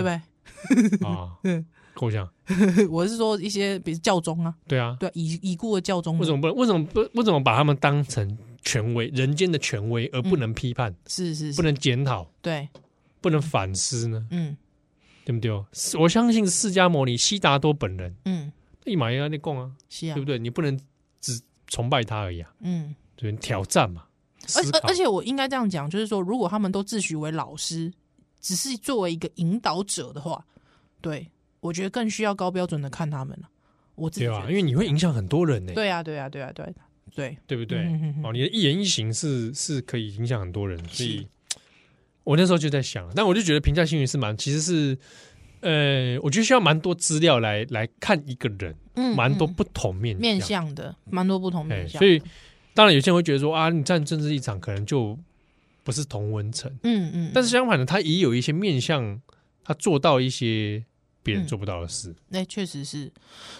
S3: 不对？
S2: 对啊，构想，
S3: 我是说一些比如教宗啊，
S2: 对啊，
S3: 对已已故的教宗，
S2: 为什么不能？为什么不？为什么把他们当成权威、人间的权威，而不能批判、
S3: 是是
S2: 不
S3: 是，
S2: 能检讨、
S3: 对，
S2: 不能反思呢？
S3: 嗯
S2: 对不对？我相信释迦牟尼、悉达多本人
S3: 嗯，
S2: 一马一样在供啊，
S3: 是啊
S2: 对不，对？你不能只崇拜他而已啊，
S3: 嗯。
S2: 对，你挑战嘛，
S3: 而
S2: 思考
S3: 而而且我应该这样讲，就是说，如果他们都自诩为老师，只是作为一个引导者的话，对我觉得更需要高标准的看他们了。我自己
S2: 对
S3: 觉
S2: 吧？
S3: 得
S2: 因为你会影响很多人呢，
S3: 对啊，对啊，对啊，对啊对，
S2: 对不对
S3: 嗯哼哼？
S2: 哦，你的一言一行是是可以影响很多人，所
S3: 是
S2: 以我那时候就在想，但我就觉得评价星云是蛮，其实是呃，我觉得需要蛮多资料来来看一个人，
S3: 嗯
S2: 蛮多
S3: 嗯
S2: 不同面
S3: 面
S2: 向。
S3: 向的，蛮多不同
S2: 哎，
S3: 面向的，
S2: 所以当然有些人会觉得说啊，你站政治立场可能就不是同温层，
S3: 嗯嗯，
S2: 但是相反的，他也有一些面向，他做到一些别人
S3: 嗯
S2: 做不到的事。
S3: 那、确实是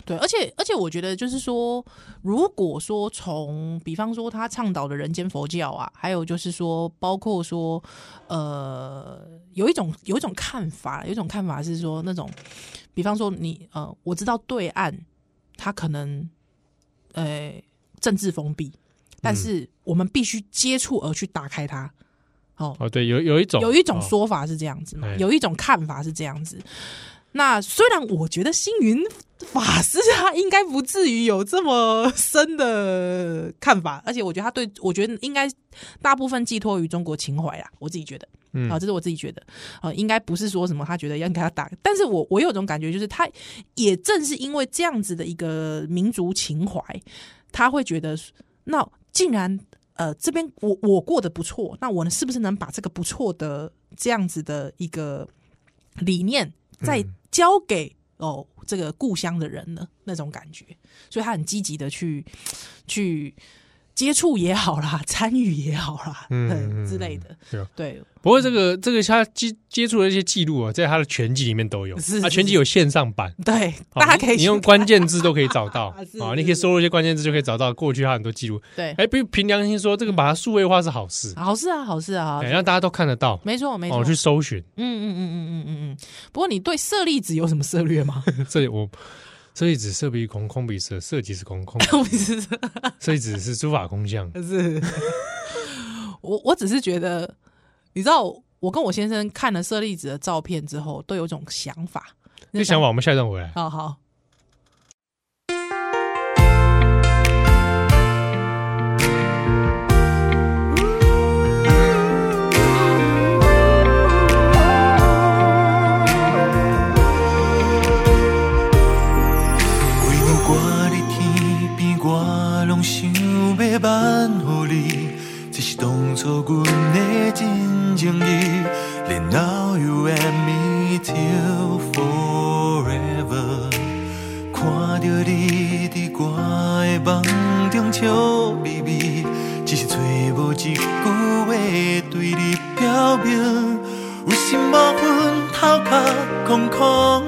S3: 对，而且而且我觉得就是说，如果说从比方说他倡导的人间佛教啊，还有就是说，包括说呃，有一种有一种看法，有一种看法是说那种，比方说你呃，我知道对岸他可能呃政治封闭，但是我们必须接触而去打开它。哦，
S2: 哦，对，有有一种
S3: 有一种
S2: 哦
S3: 说法是这样子嘛，
S2: 哎
S3: 有一种看法是这样子。那虽然我觉得星云法师他应该不至于有这么深的看法，而且我觉得他对我觉得应该大部分寄托于中国情怀啦，我自己觉得。
S2: 嗯
S3: 啊，这是我自己觉得，呃，应该不是说什么他觉得要给他打，但是我我有种感觉，就是他也正是因为这样子的一个民族情怀，他会觉得，那竟然呃这边我我过得不错，那我呢是不是能把这个不错的这样子的一个理念
S2: 嗯
S3: 再交给、哦这个故乡的人呢？那种感觉，所以他很积极的去去接触也好啦，参与也好啦，
S2: 嗯
S3: 嗯
S2: 嗯
S3: 之
S2: 嗯
S3: 类的，
S2: 对啊
S3: 对，
S2: 不过这个这个他接接触的一些记录啊，在他的全集里面都有，
S3: 是
S2: 他
S3: 是
S2: 全集
S3: 是
S2: 有线上版，
S3: 对，
S2: 哦
S3: 大家可
S2: 你
S3: 以
S2: 你
S3: 去
S2: 用关键字都可以找 到啊
S3: 是，
S2: 你可以
S3: 是
S2: 输入一些关键字就可以找到过去他很多记录。
S3: 对，
S2: 哎，凭凭良心说，这个把它数位化是好事，
S3: 好事啊，好事啊，好
S2: 哎，
S3: 事
S2: 让大家都看得到，
S3: 没错没错，
S2: 哦，去搜寻
S3: 嗯嗯嗯嗯嗯嗯嗯。不过你对舍利子有什么涉 略吗？
S2: 这里我。设计子设比空，空比色，色即是空， 空
S3: 不是
S2: 设计子是诸法空 相。
S3: 是，我我只是觉得，你知道，我跟我先生看了舍利子的照片之后，都有一种想法，
S2: 这个想法我们下一段回来。
S3: 好好。
S1: 规年我伫天边，我拢想要挽乎你，这是当初阮的真情意。然后 you and me till forever，看着你伫我的梦中笑眯眯，只是找无一句话对你表明，有心无魂，头壳空空。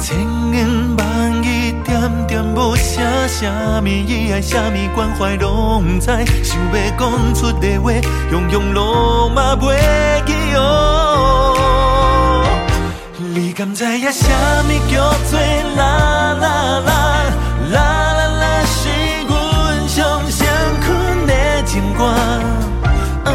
S1: 千言万语点点无声，什么意爱，什么关怀拢不知，想要讲出的话，样样拢嘛袂记哦。你敢知影什么叫做啦啦啦啦啦啦，是阮上常困的情歌。嗯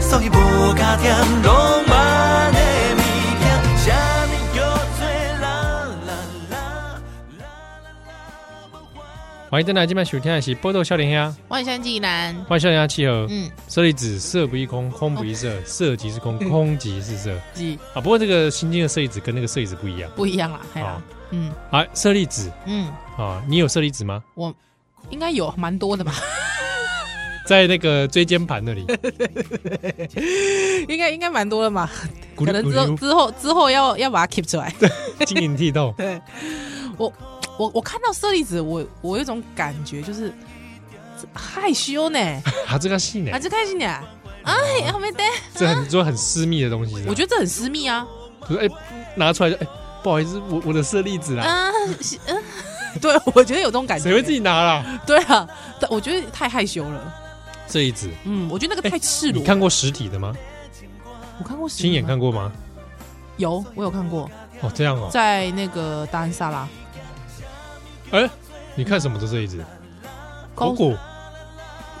S1: 所以无加点浪漫的物件，啥物叫做啦啦啦啦啦啦，无法
S2: 欢迎回来，今晚收听的是《波豆笑脸鸭》，
S3: 万山济南，
S2: 欢迎笑脸鸭契合。
S3: 嗯，
S2: 舍利子色不异空，空不异色，色即是 空，空即是色。
S3: 是
S2: 啊，不过这个心经的舍利子跟那个舍利子不一样
S3: 不一样啦，哎
S2: 啊
S3: 呀，嗯
S2: 啊。舍利子
S3: 嗯，
S2: 啊，你有舍利子吗？
S3: 我应该有蛮 多的吧，
S2: 在那个椎间盘 那里，
S3: 应该应该蛮多的嘛，
S2: 咕噜
S3: 可能
S2: 咕
S3: 之后
S2: 噜
S3: 之后之后要要把它 keep 出来。
S2: 晶莹剔 透。
S3: 对，我我我看到舍利子，我我有一种感觉，就是这害羞 呢，
S2: 啊，这个戏呢
S3: 啊，，这开心呢，哎
S2: 哦
S3: 呀，没得，
S2: 这很说很私密的东西。
S3: 我觉得这很私密啊，
S2: 得可是哎，拿出来就哎，不好意思，我我的舍利子啦，
S3: 啊，是嗯， 对，我觉得有这种感觉，
S2: 谁会自？己拿啦？
S3: 对啊，但我觉得太害羞了，
S2: 舍利子，
S3: 嗯，我觉得那个太赤裸。
S2: 哎你看过实体的吗？
S3: 我看过实体吗，
S2: 亲眼看过吗？
S3: 有，我有看过，
S2: 哦，这样哦。
S3: 在那个达安萨拉
S2: 哎，你看什么的舍利子？
S3: 高
S2: 哦哦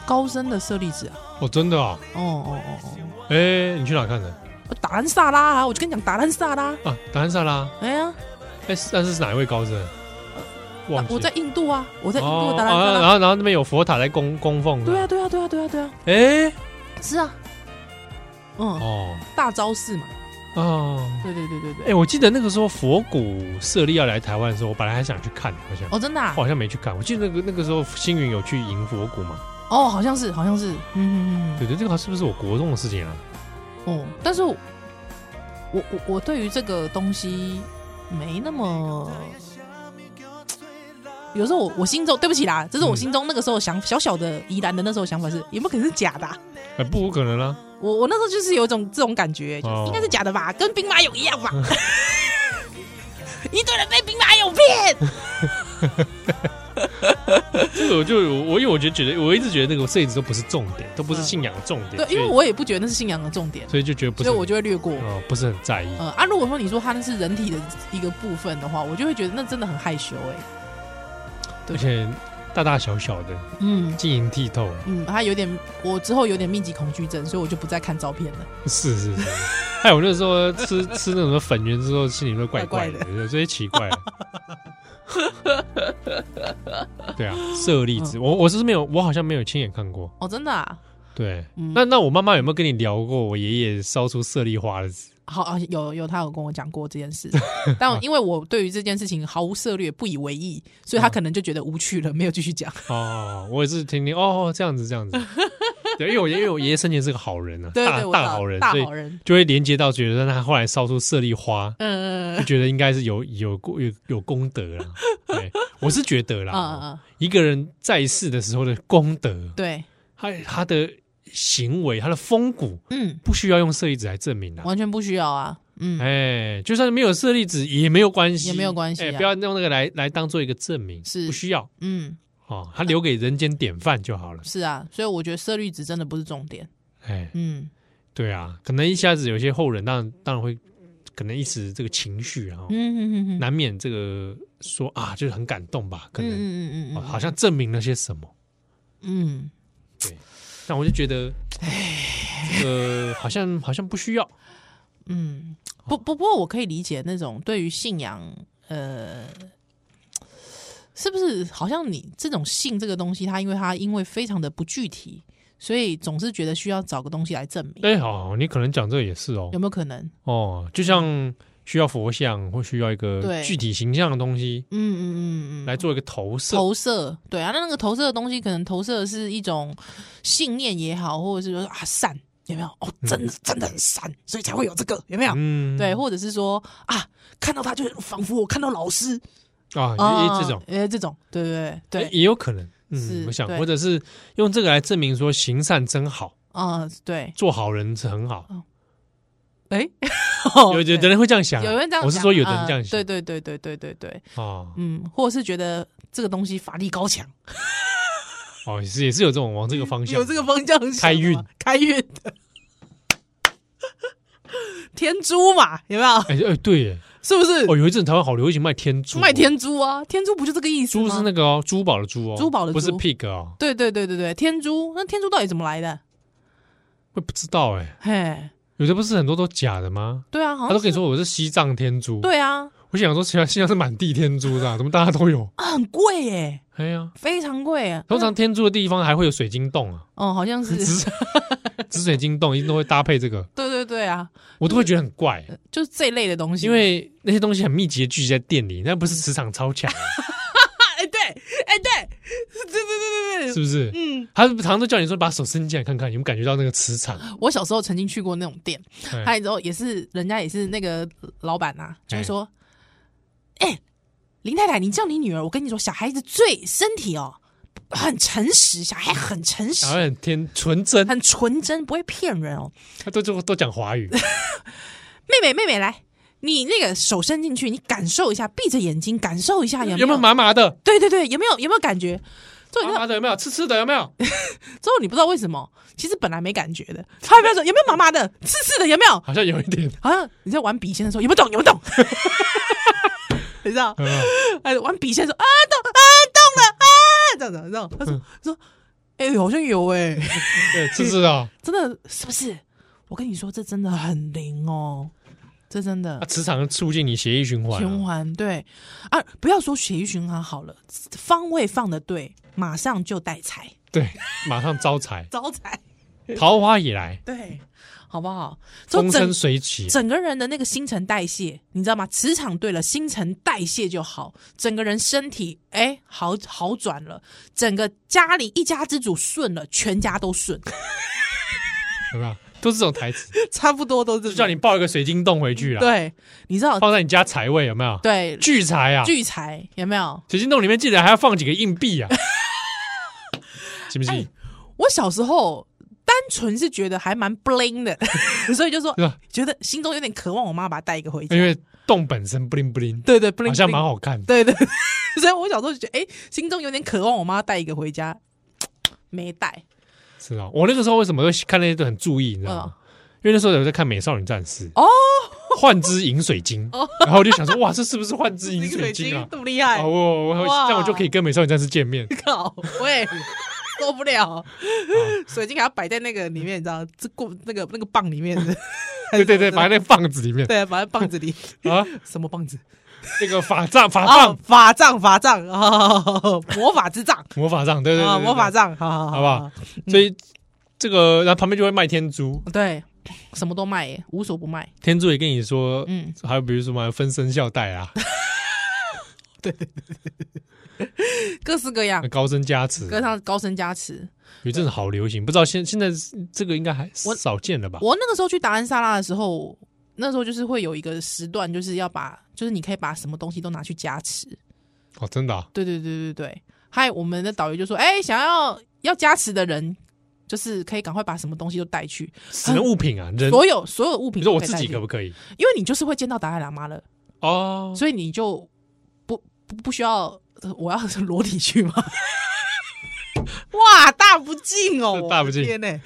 S3: 高深的舍利子啊，
S2: 哦，真的啊。
S3: 哦哦哦哦
S2: 哎，你去哪看的？
S3: 哦，达安萨拉啊，我就跟你讲达安萨拉，
S2: 啊，达安萨拉。
S3: 哎呀，
S2: 哎，是但是是哪一位高僧？忘记
S3: 我
S2: 了
S3: 在印度啊，我在印度
S2: 哦
S3: 的达
S2: 然
S3: 安萨
S2: 后
S3: 拉
S2: 然。后然后那边有佛塔在供供奉。
S3: 啊对啊，，对啊，对啊，对啊，对啊，
S2: 哎，
S3: 是啊，嗯，
S2: 哦
S3: 大招式嘛，
S2: 哦，
S3: 对对对对对，
S2: 哎，我记得那个时候佛谷舍利要来台湾的时候，我本来还想去看，好像
S3: 哦，真的啊
S2: 我，好像没去看。我记得那个那个时候星云有去迎佛谷嘛？
S3: 哦，好像是，好像是，嗯嗯嗯
S2: 对对，这个是不是我国中的事情啊？
S3: 嗯，哦，但是我我我我对于这个东西没那么有时候我我心中对不起啦，这是我心中那个时候想小小的宜兰的那时候想法是，有没有可能是假的啊、
S2: 哎不无可能啊，
S3: 我我那时候就是有一种这种感觉，就是
S2: 哦
S3: 应该是假的吧，跟兵马俑一样 吧。一堆人被兵马俑骗，
S2: 这个我就我因为我就觉得我一直觉得那个摄影师都不是重点，都不是信仰的重点，
S3: 嗯对，因
S2: 所
S3: 为
S2: 以
S3: 我也不觉得那是信仰的重点，
S2: 所以就觉得不
S3: 所
S2: 是
S3: 以我就会略过。
S2: 哦不是很在意，
S3: 呃啊，如果说你说它那是人体的一个部分的话，我就会觉得那真的很害羞哎、对
S2: 而且大大小小的
S3: 嗯
S2: 晶莹剔透，
S3: 嗯，它有点，我之后有点密集恐惧症，所以我就不再看照片了。
S2: 是是是。还有那时候吃吃那种粉圆之后，心里会怪怪的，有些奇怪啊。对啊，舍利
S3: 嗯
S2: 子，我我是没有，我好像没有亲眼看过。
S3: 哦，真的啊，
S2: 对，
S3: 嗯，
S2: 那那我妈妈有没有跟你聊过我爷爷烧出舍利花的事？
S3: 好啊，有有，他有跟我讲过这件 事，但我因为我对于这件事情毫无涉略，不以为意，所以
S2: 嗯
S3: 他可能就觉得无趣了，没有继 续讲。
S2: 哦，我也是听听哦，这样子这 样子。对，因为我爷因为我爷爷生前是个好人啊，
S3: 对
S2: 大
S3: 对，我知
S2: 大
S3: 道
S2: 好人，
S3: 大
S2: 所以
S3: 好人，
S2: 就会连接到觉得他后来烧出舍利 花，
S3: 嗯
S2: 就觉得应该是有有过有有功德 啦。对，我是觉 得
S3: 嗯
S2: 啦，
S3: 嗯嗯，
S2: 一个人在世的时候的功德，
S3: 对，
S2: 他他的行为，他的风骨，
S3: 嗯，
S2: 不需要用舍利子来证明的。
S3: 完全不需要啊，嗯，
S2: 哎，就算没有舍利子也没有关系，
S3: 也没有关系啊
S2: 哎，不要用那个来来当做一个证明，
S3: 是
S2: 不需要
S3: 嗯，
S2: 哦，他留给人间典范就好了。
S3: 是啊，所以我觉得色绿值真的不是重点，
S2: 哎，
S3: 嗯
S2: 对啊，可能一下子有些后人，当然当然会，可能一时这个情绪啊，
S3: 嗯嗯嗯嗯
S2: 难免这个说啊，就是很感动吧，可能、
S3: 嗯嗯
S2: 哦
S3: 嗯
S2: 好像证明了些什么。
S3: 嗯，
S2: 但我就觉得，这个好像好像不需要。
S3: 嗯，不不不过我可以理解那种对于信仰，呃，是不是好像你这种信这个东西，它因为它因为非常的不具体，所以总是觉得需要找个东西来证明，
S2: 哎、哦，你可能讲这个也是哦
S3: 有，没有可能？
S2: 哦，就像需要佛像或需要一个
S3: 对
S2: 具体形象的东西
S3: 嗯嗯嗯嗯，
S2: 来做一个投射，
S3: 投射，对啊，那那个投射的东西，可能投射的是一种信念也好，或者是说啊善，有没有？哦，真的真的很善，所以才会有这个，有没有？
S2: 嗯，
S3: 对，或者是说啊，看到他就仿佛我看到老师
S2: 啊，
S3: 啊
S2: 也也这种，
S3: 呃，这种，对对对
S2: 哎
S3: 对，
S2: 也有可能，嗯
S3: 是，
S2: 我想，
S3: 对
S2: 或者是用这个来证明说行善真好，
S3: 啊，对，
S2: 做好人是很好，
S3: 哦哎，
S2: 有有的人会这样想啊，
S3: 有人这样想，
S2: 我是说有的人这样
S3: 嗯
S2: 想，
S3: 对对对对对对对，
S2: 啊，
S3: 嗯，或者是觉得这个东西法力高强，
S2: 哦，也是也是有这种往这个方向，
S3: 有这个方向想的吗
S2: 开运
S3: 开运的 天珠嘛，有没有？
S2: 哎哎对耶，
S3: 是不是？
S2: 哦，有一阵台湾好流行卖天珠，
S3: 呃
S2: 哦
S3: 卖天珠啊，天珠不就这个意思吗？
S2: 珠是那个哦，珠宝的珠哦，
S3: 珠宝的
S2: 不是
S3: 珠
S2: pig 哦，
S3: 对对对对对，天珠，那天珠到底怎么来的？
S2: 我也不知道哎，
S3: 嘿，
S2: 有的不是很多都假的吗？
S3: 对啊，好
S2: 他
S3: 像
S2: 都可以
S3: 是
S2: 说我是西藏天珠，
S3: 对啊，
S2: 我想说，其他现在是满地天珠的啊、怎么大家都 有？
S3: 啊很贵耶，
S2: 哎呀，
S3: 非常贵耶。
S2: 通常天珠的地方还会有水晶洞啊，
S3: 哦，好像是，
S2: 紫紫水晶洞一定都会搭配这个，
S3: 对对对啊，
S2: 我都会觉得很怪，
S3: 就是这一类的东西。
S2: 因为那些东西很密集的聚集在店里，那不是磁场超强啊，
S3: 哎，对，哎，对，对对对对
S2: 是
S3: 对，
S2: 不是？
S3: 嗯，
S2: 他常常都叫你说把手伸进来看看，有没有感觉到那个磁场？
S3: 我小时候曾经去过那种店，
S2: 哎
S3: 还有之后也是人家也是那个老板呐、就会说，哎、林太太，你叫你女儿，我跟你说，小孩子最身体哦很诚实，小孩很诚实
S2: 然后，很天纯真，
S3: 很纯真，不会骗人哦。
S2: 他都都都讲华语，
S3: 妹妹，妹妹来。你那个手伸进去，你感受一下，闭着眼睛感受一下，有没
S2: 有没有哦麻麻 的？
S3: 对对对，有没有有没有感觉？之后
S2: 麻
S3: 你知道
S2: 麻的有没有？刺刺的有没有？
S3: 之后你不知道为什么，其实本来没感觉的，他不要说有没有麻麻的、刺刺的，有没有？
S2: 好像有一点，
S3: 好像啊你在玩笔仙的时候，有没有懂？有 没有懂？你知道？
S2: 有没有
S3: 哎，玩笔仙的时候啊，懂啊，懂了啊，这样子，你知道？他
S2: 嗯
S3: 说说，哎、好像有哎、
S2: 对，刺刺的 哦，
S3: 真的是不是？我跟你说，这真的很灵哦，这真的
S2: 啊，磁场能促进你血液循环啊，
S3: 循环对啊，不要说血液循环好了，方位放的对，马上就带财，
S2: 对，马上招财，
S3: 招财，
S2: 桃花也来。
S3: 对，好不好？
S2: 风
S3: 整
S2: 生水起，
S3: 整个人的那个新陈代谢，你知道吗？磁场对了，新陈代谢就好，整个人身体哎好好转了，整个家里一家之主顺了，全家都顺，
S2: 有没有？都是这种台词，
S3: 差不多都是这
S2: 就
S3: 种
S2: 叫你抱一个水晶洞回去啦，，
S3: 对，你知道
S2: 放在你家财位有没有？
S3: 对
S2: 聚财啊，
S3: 聚财有没有？
S2: 水晶洞里面竟然还要放几个硬 币啊，信不
S3: 哎
S2: 信？
S3: 我小时候单纯是觉得还蛮 bling 的， 所以就说
S2: 对吧？
S3: 觉得心中有点渴望我妈把她带一个回家
S2: 因。为洞本身不灵不灵，
S3: 对对，bling
S2: 好像
S3: bling
S2: 蛮好看的。
S3: 对对，对 所以我小时候就觉得，哎、心中有点渴望我妈带一个回家，没带。
S2: 是啊，我那个时候为什么会看那些都很注意，你知道吗？因为那时候有在看《美少女战士》
S3: 嗯哦，
S2: 幻之饮水晶，然后我就想说，哇，这是不是幻之饮水晶啊？
S3: 这么厉害，
S2: 哦，我我
S3: 哇
S2: 这样我就可以跟美少女战士见 面。
S3: 靠，喂，受不了，水晶给它摆在那个里面，你知道，这过那个那个棒里 面的，
S2: 对对对，摆在那棒子里面
S3: 对，摆在棒子里，
S2: 啊，
S3: 什么棒子？
S2: 那个法杖法
S3: 哦
S2: 杖，
S3: 法杖，法杖，哦，魔法之杖
S2: 魔法杖，对对
S3: 啊，
S2: 对，
S3: 魔法
S2: 杖，
S3: 杖，好嗯好
S2: 好不好？所以这个，然后旁边就会卖天珠，
S3: 对，什么都卖耶，无所不卖。
S2: 天珠也跟你说，
S3: 嗯，
S2: 还有比如什么分身笑带 啊，
S3: 各式各样，
S2: 高僧加持，
S3: 啊跟上高僧加持。
S2: 有一阵子好流行，不知道现现在这个应该还
S3: 我
S2: 少见了吧？
S3: 我那个时候去达安萨拉的时候，那时候就是会有一个时段，就是要把，就是你可以把什么东西都拿去加持。
S2: 哦，真的啊，
S3: 对对对对对，还有我们的导游就说，哎、想要要加持的人，就是可以赶快把什么东西都带去，
S2: 只能物品啊，人，
S3: 所有所有物品
S2: 你
S3: 都
S2: 说我
S3: 以
S2: 自
S3: 带
S2: 己
S3: 去
S2: 可不可以？
S3: 因为你就是会见到达赖喇嘛了，
S2: 哦，
S3: 所以你就不不不需要。呃我要裸体去吗？ 哇，大不敬哦！
S2: 这大不敬
S3: 我的天呢、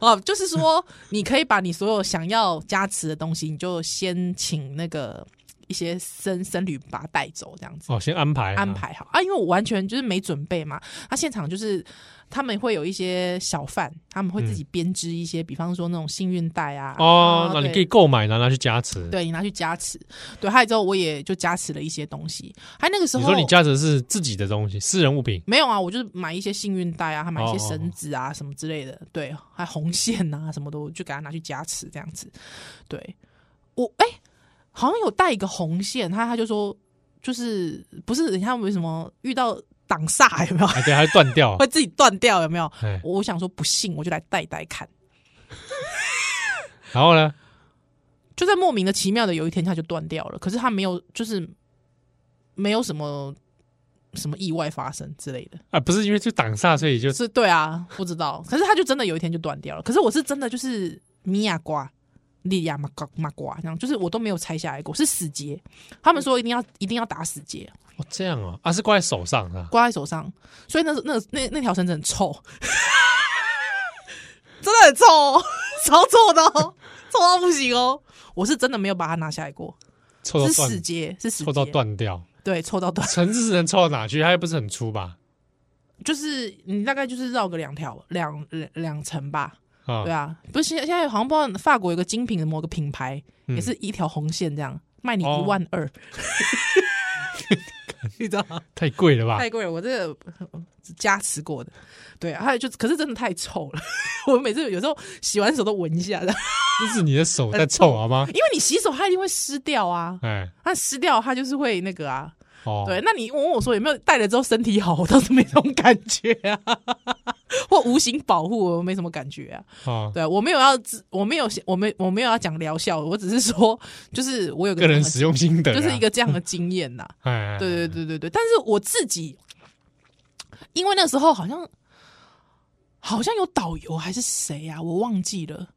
S3: 哦，就是说，你可以把你所有想要加持的东西，你就先请那个一些僧僧侣把它带走，这样子。
S2: 哦，先安排啊
S3: 安，排好啊，因为我完全就是没准备嘛。他、现场就是他们会有一些小贩，他们会自己编织一些，比方说那种幸运带啊。
S2: 嗯哦
S3: 啊，
S2: 那你可以
S3: 对
S2: 购买，然后拿去加持。
S3: 对你拿去加持，对，还有之后我也就加持了一些东西。还那个时
S2: 你
S3: 候，
S2: 说你加持是自己的东西，私人物 品，
S3: 没有啊？我就是买一些幸运带啊，还买一些
S2: 哦哦哦
S3: 绳子啊什么之类的，对，还红线啊什么的，我就给他拿去加持这样子。对我哎、好像有带一个红线，他他就说就是不是人家为什么遇到挡煞有没有？
S2: 哎，对，还断掉啊
S3: 会，自己断掉，有没有？
S2: 哎，
S3: 我想说不信，我就来带带看。
S2: 然后呢，
S3: 就在莫名的其妙的有一天，它就断掉了。可是它没有，就是没有什么什么意外发生之类的。
S2: 啊，不是因为就挡煞，所以就
S3: 可 是对啊，不知道。可是它就真的有一天就断掉了。可是我是真的就是米亚瓜、利亚马瓜、马瓜这样，就是我都没有拆下来过，是死结。他们说一定要一定要打死结，
S2: 哦这样哦，啊是挂在手上啊，
S3: 挂在手上，所以那那那那条绳子很臭， 真的很臭、哦，超臭的、哦， 臭到不行哦！我是真的没有把它拿下来过，
S2: 臭到
S3: 是
S2: 断
S3: 死，结，是死
S2: 臭到
S3: 结，
S2: 断掉，
S3: 对，臭到断，
S2: 橙子能臭到哪去？它又不是很粗吧？
S3: 就是你大概就是绕个两条两两两层吧，
S2: 啊
S3: 对，啊，不是现在现在好像不知道法国有个精品的某个品牌，
S2: 嗯
S3: 也是一条红线这样卖你
S2: 哦
S3: 一万二，你知道吗？
S2: 太贵了吧？
S3: 太贵了，我这个呃加持过的，对啊，还有就是，可是真的太臭了， 我每次有时候洗完手都闻一下的，
S2: 这是你的手在
S3: 很
S2: 臭好吗？
S3: 因为你洗手它一定会湿掉啊，
S2: 哎，
S3: 它湿掉它就是会那个啊，
S2: 哦，
S3: 对，那你问我说有没有戴了之后身体好，我倒是没这种感觉啊， 或无形保护我没什么感觉啊，
S2: 啊，
S3: 对我没有要自，我没有我没我没有要讲疗效，我只是说就是我有个
S2: 个人使用心得啊，
S3: 就是一个这样的经验呐、
S2: 哎，哎，哎
S3: 对对对对对，但是我自己，因为那时候好像好像有导游还是谁呀、我忘记了。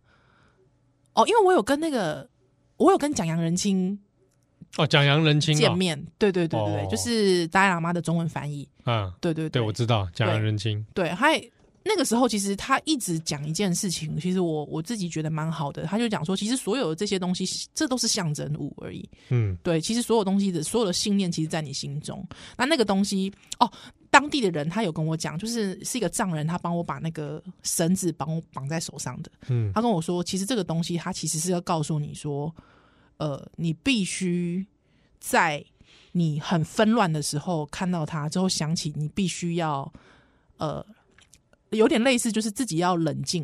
S3: 哦，因为我有跟那个，我有跟蒋杨仁清
S2: 哦，蒋杨仁清
S3: 见面，对对对对对，
S2: 哦
S3: 就是达赖喇嘛的中文翻译，
S2: 啊，嗯
S3: 对对
S2: 对，
S3: 对
S2: 我知道蒋杨仁清，
S3: 对，还那个时候其实他一直讲一件事情，其实我我自己觉得蛮好的，他就讲说，其实所有的这些东西，这都是象征物而已，
S2: 嗯，
S3: 对，其实所有东西的所有的信念，其实在你心中。那那个东西，哦，当地的人他有跟我讲，就是是一个藏人，他帮我把那个绳子帮我绑在手上的。
S2: 嗯，
S3: 他跟我说，其实这个东西，他其实是要告诉你说，呃，你必须在你很纷乱的时候看到它之后，想起你必须要，呃，有点类似，就是自己要冷静，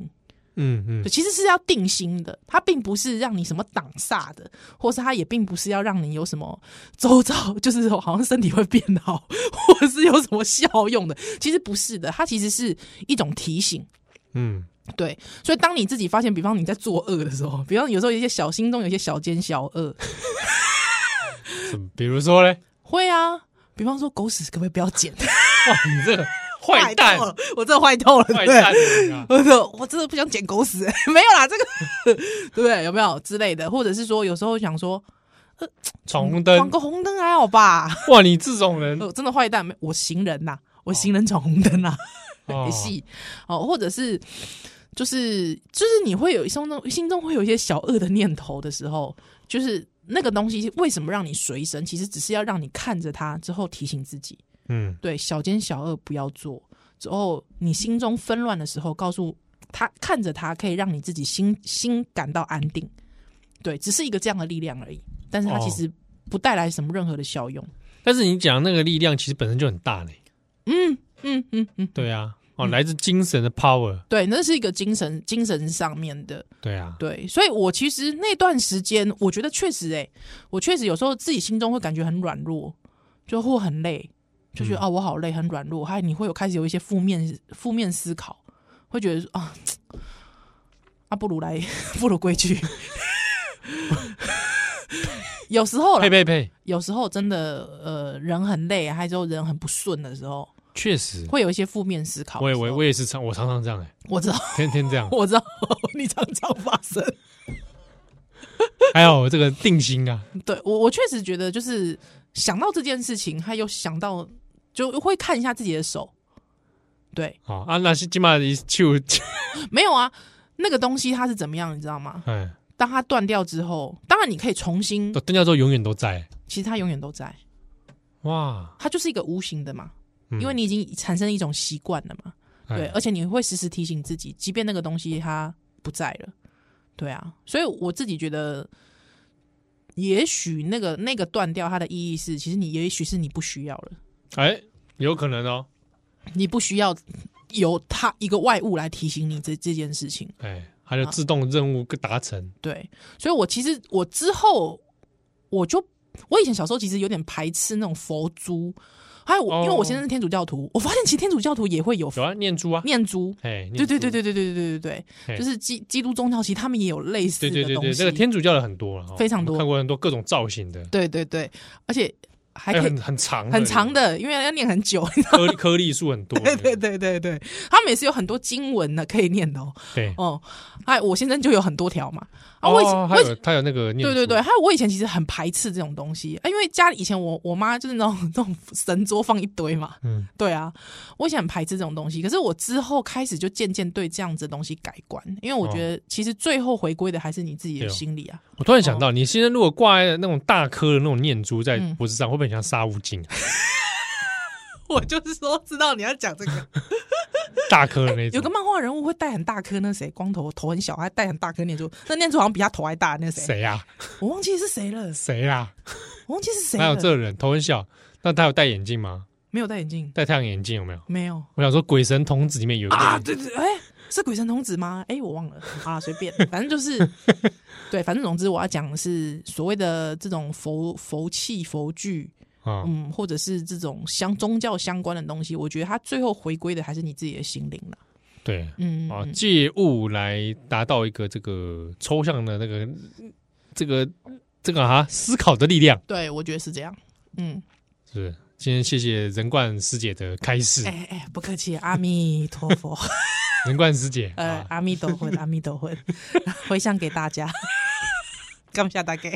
S2: 嗯嗯
S3: 对，，其实是要定心的，它并不是让你什么挡煞的，或是它也并不是要让你有什么周遭， 就是好像身体会变好， 或者是有什么效用的。其实不是的，它其实是一种提醒，
S2: 嗯，
S3: 对，所以当你自己发现，比方你在作恶的时候，比方有时候有一些小心中有一些小奸小恶，
S2: 什么比如说嘞，
S3: 会啊。比方说狗屎可不可以不要捡？
S2: 哇，哦你这个坏蛋，
S3: 透了，我真的坏透了，对
S2: 坏
S3: 不对
S2: 蛋，啊
S3: 我说我真的不想捡狗屎， 没有啦，这个 对不对？有没有之类的？或者是说，有时候想说
S2: 闯红
S3: 闯
S2: 灯，
S3: 个红灯还好吧？
S2: 哇，你这种人
S3: 呃，真的坏蛋，没我行人呐、我行人闯红灯啦、
S2: 哦
S3: 也戏哦，或者是就是就是你会有心中心中会有一些小恶的念头的时候，就是那个东西为什么让你随身？其实只是要让你看着它之后提醒自己，
S2: 嗯，
S3: 对小奸小恶不要做。之后你心中纷乱的时候，告诉他看着他，可以让你自己心心感到安定。对，只是一个这样的力量而已，但是它其
S2: 哦
S3: 实不带来什么任何的效用。
S2: 但是你讲那个力量其实本身就很大嘞，
S3: 嗯嗯嗯嗯，
S2: 对啊，哦，来自精神的 power，
S3: 对，那是一个精神精神上面的
S2: 对啊，
S3: 对，所以我其实那段时间，我觉得确实、欸，我确实有时候自己心中会感觉很软弱，就或很累，就
S2: 嗯
S3: 觉得、啊，我好累，很软弱，还有你会有开始有一些负面负面思考，会觉得说啊，啊，不如来， 不如归去。有时候啦
S2: 呸，呸呸，
S3: 有时候真的，呃，人很累，还有人很不顺的时候，
S2: 确实，
S3: 会有一些负面思考的
S2: 我也
S3: 时候。
S2: 我也我也是常我常常这样哎，
S3: 我知道，，
S2: 天天这样
S3: 我知道，你常常发生。
S2: 还有哎我这个定心啊，
S3: 对我，我确实觉得就是想到这件事情，还有想到就会看一下自己的手。对，
S2: 哦啊，那是起码一就，？
S3: 没有啊，那个东西它是怎么样，你知道吗
S2: 哎，
S3: 当它断掉之后，当然你可以重新，
S2: 邓教授永远 都在，
S3: 其实它永远都在，
S2: 哇，
S3: 它就是一个无形的嘛，
S2: 嗯
S3: 因为你已经产生一种习惯了嘛。
S2: 哎
S3: 对，而且你会时时提醒自己，即便那个东西它不在了，对啊，所以我自己觉得，也许那个那个断掉它的意义是，其实你也许是你不需要了。
S2: 哎，有可能哦，
S3: 你不需要由他一个外物来提醒你这这件事情。
S2: 哎，还有自动任务达成，
S3: 对，所以我其实我之后我就我以前小时候其实有点排斥那种佛珠，还有我、
S2: 哦
S3: 因为我先生是天主教徒，我发现其实天主教徒也会有
S2: 有啊，念珠啊，
S3: 念珠。
S2: 哎，念
S3: 对对
S2: 珠
S3: 对对对对对对
S2: 嘿
S3: 对，就是基基督宗教其实他们也有类似
S2: 对
S3: 的
S2: 对对
S3: 东
S2: 对，
S3: 西
S2: 这个，天主教的很多了哦，
S3: 非常
S2: 我们
S3: 多
S2: 看过很多各种造型的，
S3: 对对对，而且还
S2: 还有
S3: 可
S2: 很嗯
S3: 以
S2: 很长
S3: 很长的，因为要念很久。
S2: 颗粒颗粒数很多，
S3: 对对对对对，他们也是有很多经文的可以念的哦。
S2: 对。
S3: 哦，哎，我先生就有很多条嘛。啊，我以前、
S2: 哦，
S3: 我
S2: 还
S3: 以前
S2: 有他有那个念
S3: 对
S2: 珠，
S3: 对对，还有我以前其实很排斥这种东西，啊、因为家里以前我我妈就是那种 那种神桌放一堆嘛，
S2: 嗯，
S3: 对啊，我以前很排斥这种东西，可是我之后开始就渐渐对这样子的东西改观，因为我觉得其实最后回归的还是你自己的
S2: 哦对哦
S3: 心理啊，
S2: 我突然想到，你现在如果挂那种大颗的那种念珠在
S3: 嗯
S2: 脖子上，会不会很像沙悟净啊？
S3: 我就是说知道你要讲这个，
S2: 大颗的那
S3: 有个
S2: 种？
S3: 漫画人物会戴很大颗，那谁光头头很小，还戴很大颗念珠，那念珠好像比他头还大，那谁
S2: 谁 呀？
S3: 我忘记是谁了，
S2: 谁啊呀？
S3: 我忘记是谁
S2: 哪有
S3: 了，
S2: 这人？头很小，那他有戴眼镜吗？
S3: 没有戴眼镜，
S2: 戴太阳眼镜有没有？
S3: 没有。
S2: 我想说，《鬼神童子》里面有一个
S3: 啊，
S2: 人
S3: 对对，哎、是鬼神童子吗？哎、我忘了啊，随便，反正 就是，对，反正总之我要讲的是所谓的这种佛佛器、佛具，
S2: 啊，
S3: 嗯，或者是这种相宗教相关的东西，我觉得它最后回归的还是你自己的心灵了。
S2: 对
S3: 嗯，
S2: 啊，
S3: 嗯
S2: 借物来达到一个这个抽象的那个这个这个啊思考的力量，
S3: 对，我觉得是这样。嗯，
S2: 是不是？今天谢谢仁冠师姐的开示
S3: 哎，哎哎，不客气，阿弥陀 佛，
S2: 仁冠师姐
S3: 呃
S2: 啊，，
S3: 阿弥陀佛，阿弥 陀佛，回向给大家，感谢大家，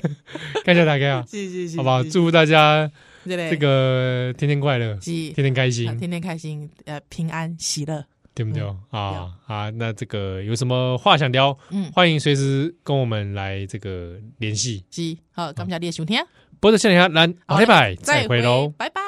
S2: 感谢大 家啊，
S3: 谢谢谢谢，
S2: 好吧，
S3: 谢谢
S2: 祝福大家
S3: 这
S2: 这个天天快乐，
S3: 是
S2: 天天开
S3: 啊
S2: 心，
S3: 天天开心，呃，平安喜乐。
S2: 对不对
S3: 嗯
S2: 啊？啊，那这个有什么话想聊，
S3: 嗯
S2: 欢迎随时跟我们来这个联系。
S3: 是好，感谢你的收听，
S2: 波特笑脸侠，咱下礼拜再会喽。
S3: 拜拜。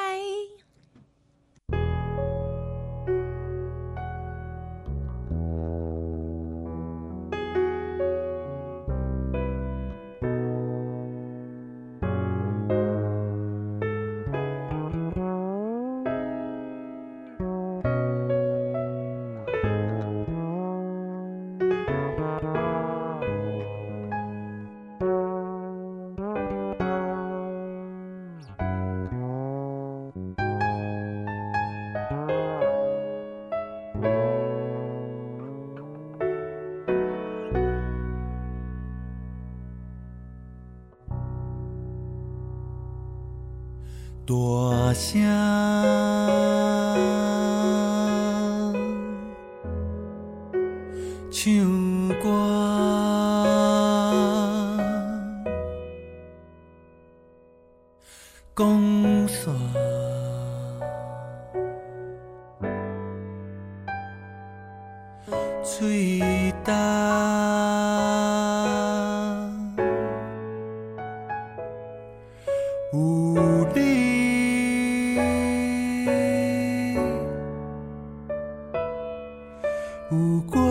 S1: 大声。唱歌，讲煞，嘴焦，有你，有我，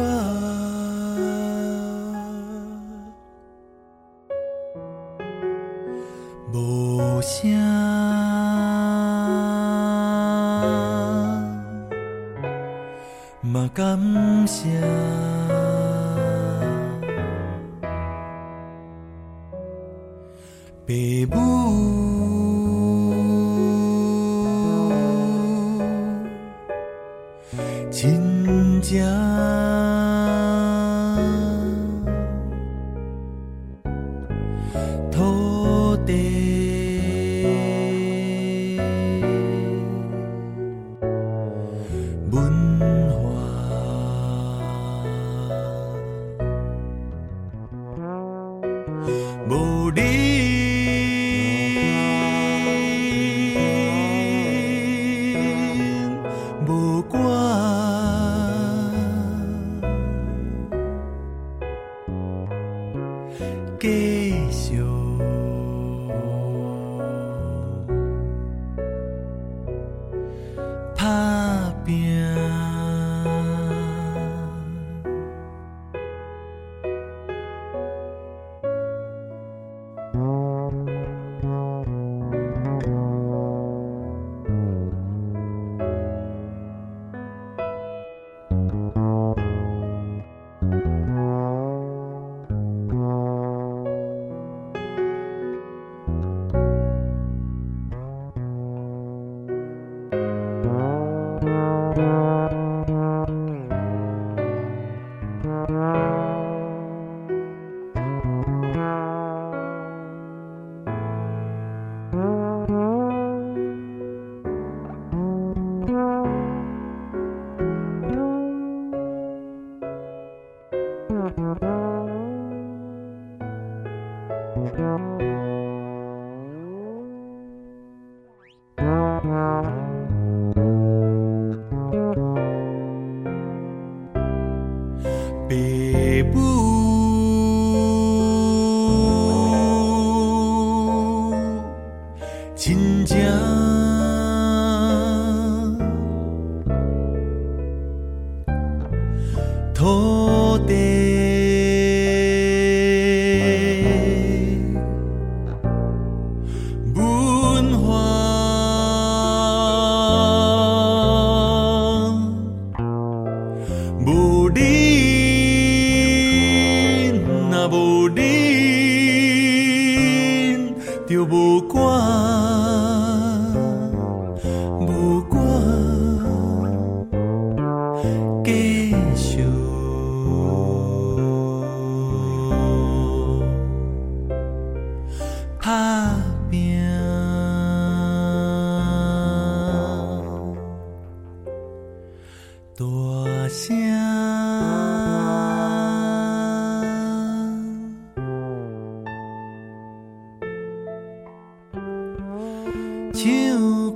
S1: 无声。嘛感谢。父母，亲情，土地，文化。无你，无我，继续打拼。父母，亲情，土地，文化。无你，若无你，就无我，无我，继续打拼。大声唱